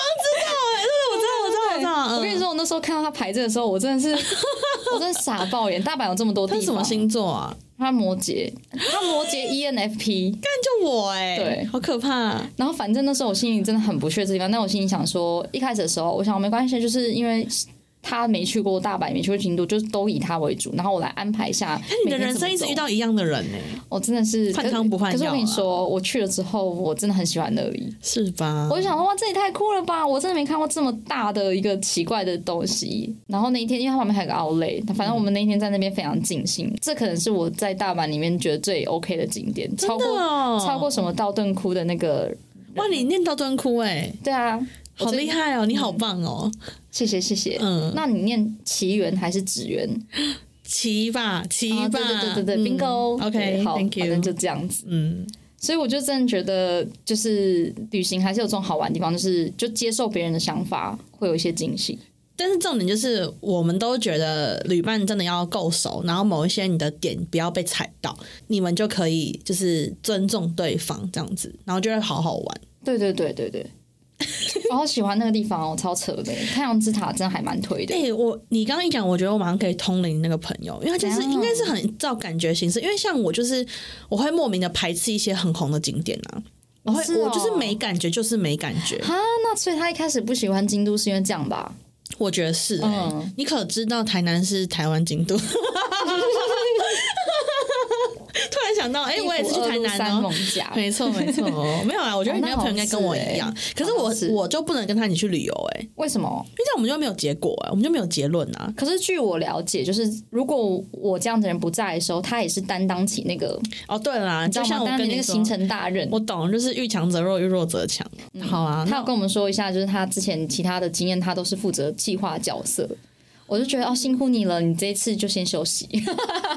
Speaker 1: 像知道哎、对，我知道，我知道，我知道。
Speaker 2: 我跟你
Speaker 1: 嗯，
Speaker 2: 说，我那时候看到他排这的时候，我真
Speaker 1: [LAUGHS]
Speaker 2: 的是，我真的傻爆眼。大阪有这么多地
Speaker 1: 他
Speaker 2: 方，
Speaker 1: 是什么星座啊？
Speaker 2: 他摩羯，他摩羯
Speaker 1: E
Speaker 2: ENFP。
Speaker 1: 干就我哎、
Speaker 2: 对
Speaker 1: 好可怕、
Speaker 2: 然后反正那时候我心里真的很不屑这地方，但我心里想说，一开始的时候我想没关系，就是因为他没去过大阪，没去过京都，就是都以他为主，然后我来安排一下。
Speaker 1: 你的人生一直遇，到一样的人哎、
Speaker 2: 我真的是
Speaker 1: 换汤不换
Speaker 2: 可是
Speaker 1: 药
Speaker 2: 我
Speaker 1: 啊
Speaker 2: 跟你说，我去了之后，我真的很喜欢那里。
Speaker 1: 是吧？
Speaker 2: 我就想说，哇，这也太酷了吧！我真的没看过这么大的一个奇怪的东西。然后那一天，因为它旁边还有个 Outlet，反正我们那一天在那边非常尽兴。这可能是我在大阪里面觉得最 OK 的景点，超
Speaker 1: 真的
Speaker 2: 过、
Speaker 1: 哦，
Speaker 2: 超过什么道顿窟的那个。
Speaker 1: 哇，你念到蹲哭哎、
Speaker 2: 对啊，我
Speaker 1: 好
Speaker 2: 最
Speaker 1: 厉！害哦，你好棒哦，
Speaker 2: 谢谢谢谢。
Speaker 1: 嗯，
Speaker 2: 那你念奇缘还是纸缘？
Speaker 1: 奇吧，奇
Speaker 2: 啊
Speaker 1: 吧，
Speaker 2: 对对对对对
Speaker 1: 嗯
Speaker 2: ，bingo。对好，
Speaker 1: ，OK，Thank、
Speaker 2: 反
Speaker 1: 嗯 you，
Speaker 2: 正就这样子。
Speaker 1: 嗯，
Speaker 2: 所以我就真的觉得，就是旅行还是有这种好玩的地方，就是就接受别人的想法，会有一些惊喜。
Speaker 1: 但是重点就是，我们都觉得旅伴真的要够熟，然后某一些你的点不要被踩到，你们就可以就是尊重对方这样子，然后就会好好玩。
Speaker 2: 对对对对对， [LAUGHS] 我好喜欢那个地方哦，超扯的！太阳之塔真的还蛮推的
Speaker 1: 哎、。我你刚刚一讲，我觉得我马上可以通灵那个朋友，因为他就是
Speaker 2: 怎样
Speaker 1: 应该是很照感觉行事，因为像我就是我会莫名的排斥一些很红的景点啊，我会、
Speaker 2: 是哦
Speaker 1: 我就是没感觉，就是没感觉，
Speaker 2: 哈，那所以他一开始不喜欢京都是因为这样吧？
Speaker 1: 我觉得是、欸。
Speaker 2: 嗯
Speaker 1: 你可知道台南是台湾京都？ [LAUGHS] 突然想到，哎、我也是去台
Speaker 2: 一府二路
Speaker 1: 南
Speaker 2: 三
Speaker 1: 哦、
Speaker 2: 猛
Speaker 1: [LAUGHS]
Speaker 2: 甲，
Speaker 1: 没错，没错，没有啊啦。我觉哦得你那个朋友应该跟我一样，可是欸我
Speaker 2: 好像是
Speaker 1: 我就不能跟他一起去旅游哎、
Speaker 2: 为什么？
Speaker 1: 因为这样我们就没有结果哎、我们就没有结论啊。
Speaker 2: 可是据我了解，就是如果我这样的人不在的时候，他也是担当起那个，
Speaker 1: 哦，对啦，
Speaker 2: 你知
Speaker 1: 就
Speaker 2: 道
Speaker 1: 像
Speaker 2: 吗？
Speaker 1: 我
Speaker 2: 担
Speaker 1: 跟
Speaker 2: 当起那
Speaker 1: 你
Speaker 2: 个
Speaker 1: 说
Speaker 2: 行程大任。
Speaker 1: 我懂，就是遇强则弱，遇弱则强。好啊，
Speaker 2: 他
Speaker 1: [LAUGHS] 那
Speaker 2: 有跟我们说一下，就是他之前其他的经验，他都是负责计划角色。我就觉得哦，辛苦你了，你这一次就先休息。
Speaker 1: [LAUGHS]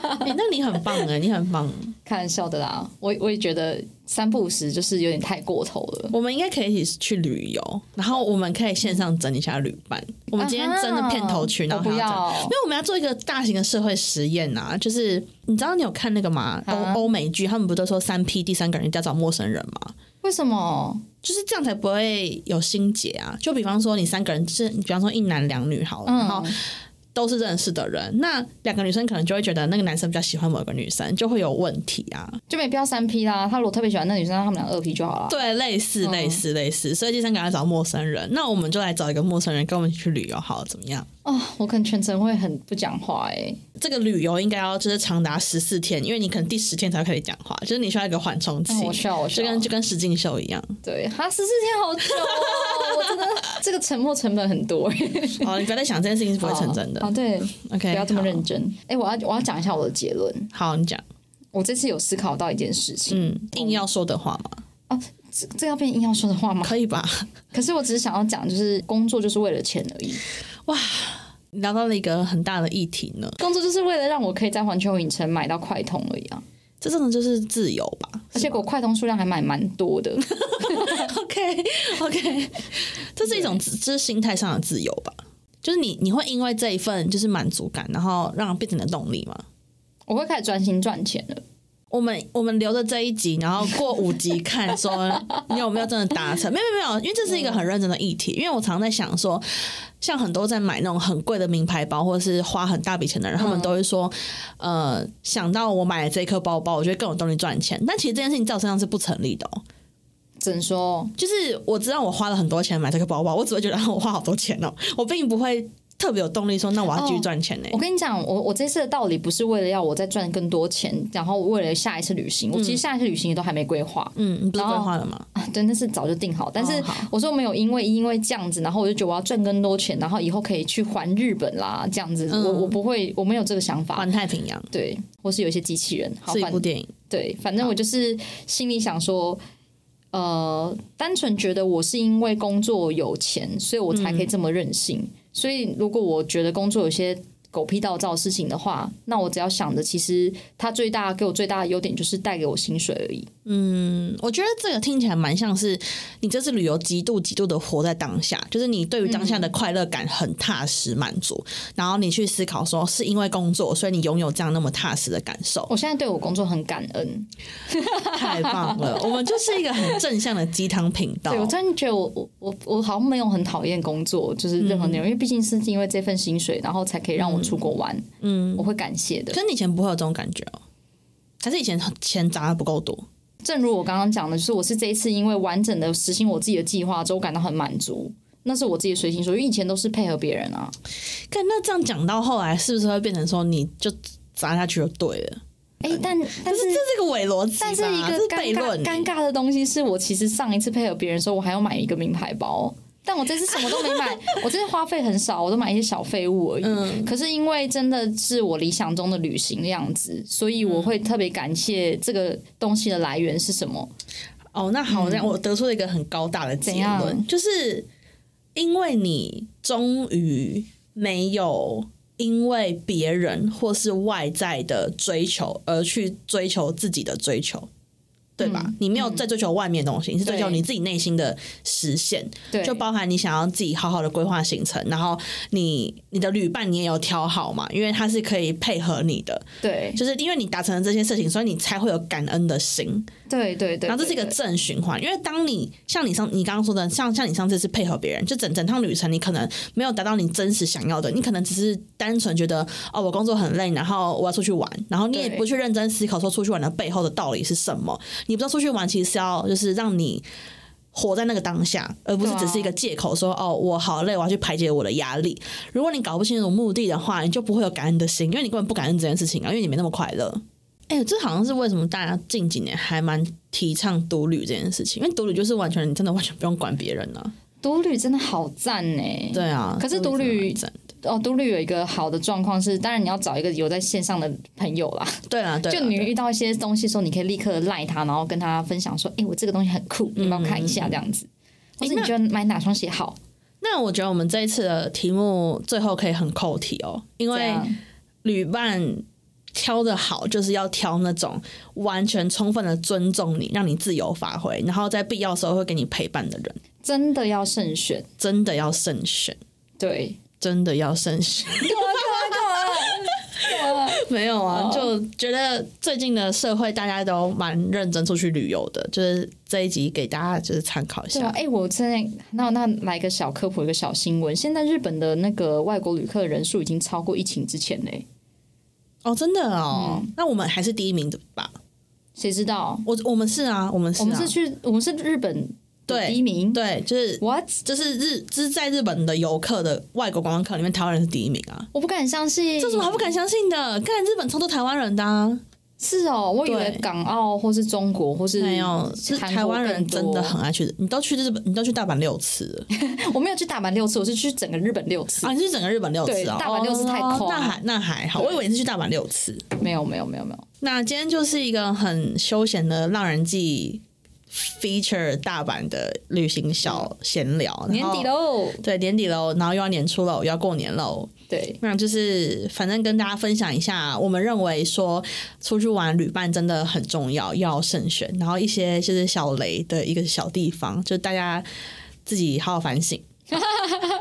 Speaker 1: 哎、那你很棒哎、你很棒。
Speaker 2: 开玩笑的啦，我我也觉得三不五时就是有点太过头了。
Speaker 1: 我们应该可以一起去旅游，然后我们可以线上整理一下旅伴。我们今天真的片头曲，
Speaker 2: 啊
Speaker 1: 然
Speaker 2: 哈
Speaker 1: 后还要整
Speaker 2: 我不要
Speaker 1: 因为我们要做一个大型的社会实验啊，就是你知道你有看那个吗？欧
Speaker 2: 啊
Speaker 1: 欧美剧，他们不都说三 P 第三个人一定要找陌生人吗？
Speaker 2: 为什么？
Speaker 1: 就是这样才不会有心结啊！就比方说，你三个人是，比方说一男两女好了，然后
Speaker 2: 嗯，
Speaker 1: 都是认识的人，那两个女生可能就会觉得那个男生比较喜欢某个女生，就会有问题啊。
Speaker 2: 就没必要三 P 啦。他如果特别喜欢那女生，让他们俩二 P 就好了。
Speaker 1: 对，类似
Speaker 2: 嗯
Speaker 1: 类似类似，所以第三个要找陌生人，那我们就来找一个陌生人跟我们一起去旅游，好了，怎么样？
Speaker 2: 哦，我可能全程会很不讲话哎、
Speaker 1: 这个旅游应该要就是长达十四天，因为你可能第十天才可以讲话，就是你需要一个缓冲期
Speaker 2: 哦，我需要我需
Speaker 1: 就
Speaker 2: 要
Speaker 1: 跟就跟石进秀一样。
Speaker 2: 对，哈，十四天好久哦， [LAUGHS] 我真的这个沉默成本很多、欸，
Speaker 1: 好，你不要再想这件事情是不会成真的
Speaker 2: 啊，。对，
Speaker 1: OK，
Speaker 2: 不要这么
Speaker 1: 好
Speaker 2: 认。真。哎、我要我要讲一下我的结论。
Speaker 1: 好，你讲，
Speaker 2: 我这次有思考到一件事情，
Speaker 1: 嗯，硬要说的话嘛，
Speaker 2: 这这要变硬要说的话吗？
Speaker 1: 可以吧？
Speaker 2: 可是我只是想要讲，就是工作就是为了钱而已，
Speaker 1: 你聊到了一个很大的议题呢，
Speaker 2: 工作就是为了让我可以在环球影城买到快通而已啊。
Speaker 1: 这真的就是自由吧？
Speaker 2: 而且我快通数量还买蛮
Speaker 1: [LAUGHS]
Speaker 2: 多的， [LAUGHS]
Speaker 1: OK OK，这是一种自这是心态上的自由吧？就是你你会因为这一份就是满足感，然后让变成你的动力吗？
Speaker 2: 我会开始专心赚钱了。
Speaker 1: 我们我们留着这一集，然后过五集看说你有没有真的达成？没有没有没有，因为这是一个很认真的议题。因为我常在想说，像很多在买那种很贵的名牌包，或者是花很大笔钱的人，他们都会说，呃，想到我买了这颗包包，我觉得更有动力赚钱。但其实这件事情在我身上是不成立的、哦。
Speaker 2: 只能说，
Speaker 1: 就是我知道我花了很多钱买这个包包，我只会觉得我花好多钱哦， [LAUGHS] 我并不会特别有动力说那我要继
Speaker 2: 哦
Speaker 1: 续赚钱呢、
Speaker 2: 我跟你讲，我我这次的道理不是为了要我再赚更多钱，然后为了下一次旅行，我其实下一次旅行也都还没规划、 [LAUGHS]
Speaker 1: 嗯，你不是规划了吗？
Speaker 2: 啊，对，那是早就定好。但是
Speaker 1: 哦好
Speaker 2: 我说没有，因为因为这样子，然后我就觉得我要赚更多钱，然后以后可以去环日本啦，这样子，我
Speaker 1: 嗯
Speaker 2: 我不会，我没有这个想法。
Speaker 1: 环太平洋
Speaker 2: 对，或是有一些机器人，好，
Speaker 1: 是一
Speaker 2: 反
Speaker 1: 部电影，
Speaker 2: 对，反正我就是心里想说，呃，单纯觉得我是因为工作有钱，所以我才可以这么任性。所以如果我觉得工作有些狗屁倒灶的事情的话，那我只要想着，其实它最大给我最大的优点就是带给我薪水而已。
Speaker 1: 嗯，我觉得这个听起来蛮像是你这次旅游极度极度的活在当下，就是你对于当下的快乐感很踏实满足，然后你去思考说是因为工作，所以你拥有这样那么踏实的感受，
Speaker 2: [LAUGHS] 我现在对我工作很感恩，
Speaker 1: 太棒了！我们就是一个很正向的鸡汤频道
Speaker 2: 对。我真的觉得我我我我好像没有很讨厌工作，就是任何内容，因为毕竟是因为这份薪水，然后才可以让我出国玩，嗯，我会感谢的
Speaker 1: 可。是你以前不会有这种感觉哦，还是以前钱砸的不够多？
Speaker 2: 正如我刚刚讲的，就是我是这一次因为完整的实行我自己的计划之后，感到很满足。那是我自己的随心所欲，因为以前都是配合别人啊。
Speaker 1: 看，那这样讲到后来，是不是会变成说你就砸下去就对了？
Speaker 2: 哎、但但是
Speaker 1: 这是个伪逻辑吧，
Speaker 2: 但是一个
Speaker 1: 这是
Speaker 2: 尴
Speaker 1: 悖
Speaker 2: 尬
Speaker 1: 论。欸
Speaker 2: 尴尬的东西是我其实上一次配合别人的时候，我还要买一个名牌包，但我这次什么都没
Speaker 1: [LAUGHS]
Speaker 2: 买，我这次花费很少，我都买一些小废物而已。
Speaker 1: 嗯
Speaker 2: 可是因为真的是我理想中的旅行的样子，所以我会特别感谢这个东西的来源是什么。
Speaker 1: 哦，那好，这样我得出了一个很高大的结
Speaker 2: 嗯怎样
Speaker 1: 论，就是因为你终于没有。因为别人或是外在的追求而去追求自己的追求，对吧？你没有在追求外面的东西，你是追求
Speaker 2: 嗯对
Speaker 1: 你自己内心的实现，
Speaker 2: 对，
Speaker 1: 就包含你想要自己好好的规划行程，然后你你的旅伴你也有挑好嘛，因为它是可以配合你的，
Speaker 2: 对
Speaker 1: 就是因为你达成了这些事情，所以你才会有感恩的心，
Speaker 2: 对对对，
Speaker 1: 然后这是一个
Speaker 2: 对
Speaker 1: 正循环。因为当你像你上你刚刚说的，像像你上次是配合别人，就整整趟旅程你可能没有达到你真实想要的，你可能只是单纯觉得哦我工作很累，然后我要出去玩，然后你也
Speaker 2: 对
Speaker 1: 不去认真思考说出去玩的背后的道理是什么，你不知道出去玩其实是要就是让你。活在那个当下，而不是只是一个借口说、哦，我好累，我要去排解我的压力。如果你搞不清楚目的的话，你就不会有感恩的心，因为你根本不感恩这件事情啊，因为你没那么快乐。哎、这好像是为什么大家近几年还蛮提倡独旅这件事情，因为独旅就是完全你真的完全不用管别人了、
Speaker 2: 独旅真的好赞呢。
Speaker 1: 对啊，
Speaker 2: 可是独旅
Speaker 1: 真的蛮
Speaker 2: 哦，独旅有一个好的状况是，当然你要找一个有在线上的朋友啦。
Speaker 1: 赞的对啊，对啊
Speaker 2: 就你
Speaker 1: 对
Speaker 2: 遇到一些东西的时候，你可以立刻赖他，然后跟他分享说：“哎、我这个东西很酷，你帮我看一下。”这样子，或是
Speaker 1: 嗯诶
Speaker 2: 你
Speaker 1: 那
Speaker 2: 觉得买哪双鞋好？
Speaker 1: 那我觉得我们这一次的题目最后可以很扣题哦，因
Speaker 2: 这
Speaker 1: 为
Speaker 2: 样
Speaker 1: 旅伴挑的好，就是要挑那种完全充分的尊重你，让你自由发挥，然后在必要的时候会给你陪伴的人，
Speaker 2: 真的要慎选。
Speaker 1: 真的要慎选，
Speaker 2: 对，
Speaker 1: 真的要慎
Speaker 2: [LAUGHS]
Speaker 1: 选。没有啊，就觉得最近的社会大家都蛮认真出去旅游的，就是这一集给大家就是参考一
Speaker 2: 对啊
Speaker 1: 下，。
Speaker 2: 哎、我现在那那来个小科普，一个小新闻。现在日本的那个外国旅客人数已经超过疫情之前嘞、
Speaker 1: 哦，真的哦，
Speaker 2: 嗯
Speaker 1: 那我们还是第一名的吧？
Speaker 2: 谁知道？
Speaker 1: 我我们是啊，我们是、啊，
Speaker 2: 我们是去，我们是日本的
Speaker 1: 对
Speaker 2: 第一名。
Speaker 1: 对，就是。
Speaker 2: What？
Speaker 1: 就是日，就是在日本的游客的外国观光客里面，台湾人是第一名啊！
Speaker 2: 我不敢相信，
Speaker 1: 这有什么好不敢相信的？看日本超多台湾人的、啊，
Speaker 2: 是哦，我以为
Speaker 1: 对
Speaker 2: 港澳或是中国或是
Speaker 1: 没有，哦是
Speaker 2: 韩国
Speaker 1: 台湾人
Speaker 2: 更
Speaker 1: 真
Speaker 2: 多
Speaker 1: 的很爱去。你都去日本，你都去大阪六次了
Speaker 2: [LAUGHS] 我没有去大阪六次，我是去整个日本六次。
Speaker 1: 啊！你是整个日本六次
Speaker 2: 对
Speaker 1: 啊？
Speaker 2: 大阪六次太
Speaker 1: 哦
Speaker 2: 夸
Speaker 1: 那还那还好，我以为你是去大阪六次。
Speaker 2: 没有没有没有没有，
Speaker 1: 那今天就是一个很休闲的浪人记 feature 大阪的旅行小闲聊，
Speaker 2: 年底
Speaker 1: 喽，
Speaker 2: 喽。
Speaker 1: 对年底喽，然后又要年初喽，又要过年喽。
Speaker 2: 对，
Speaker 1: 那就是反正跟大家分享一下，我们认为说出去玩旅伴真的很重要，要慎选，然后一些就是小雷的一个小地方，就大家自己好好反 [LAUGHS] 省。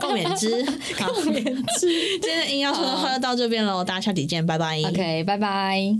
Speaker 1: 共勉之，好，
Speaker 2: 面试。
Speaker 1: [LAUGHS] 今天的硬要说的话就到这边喽，大家下期见，拜拜。
Speaker 2: OK，拜拜。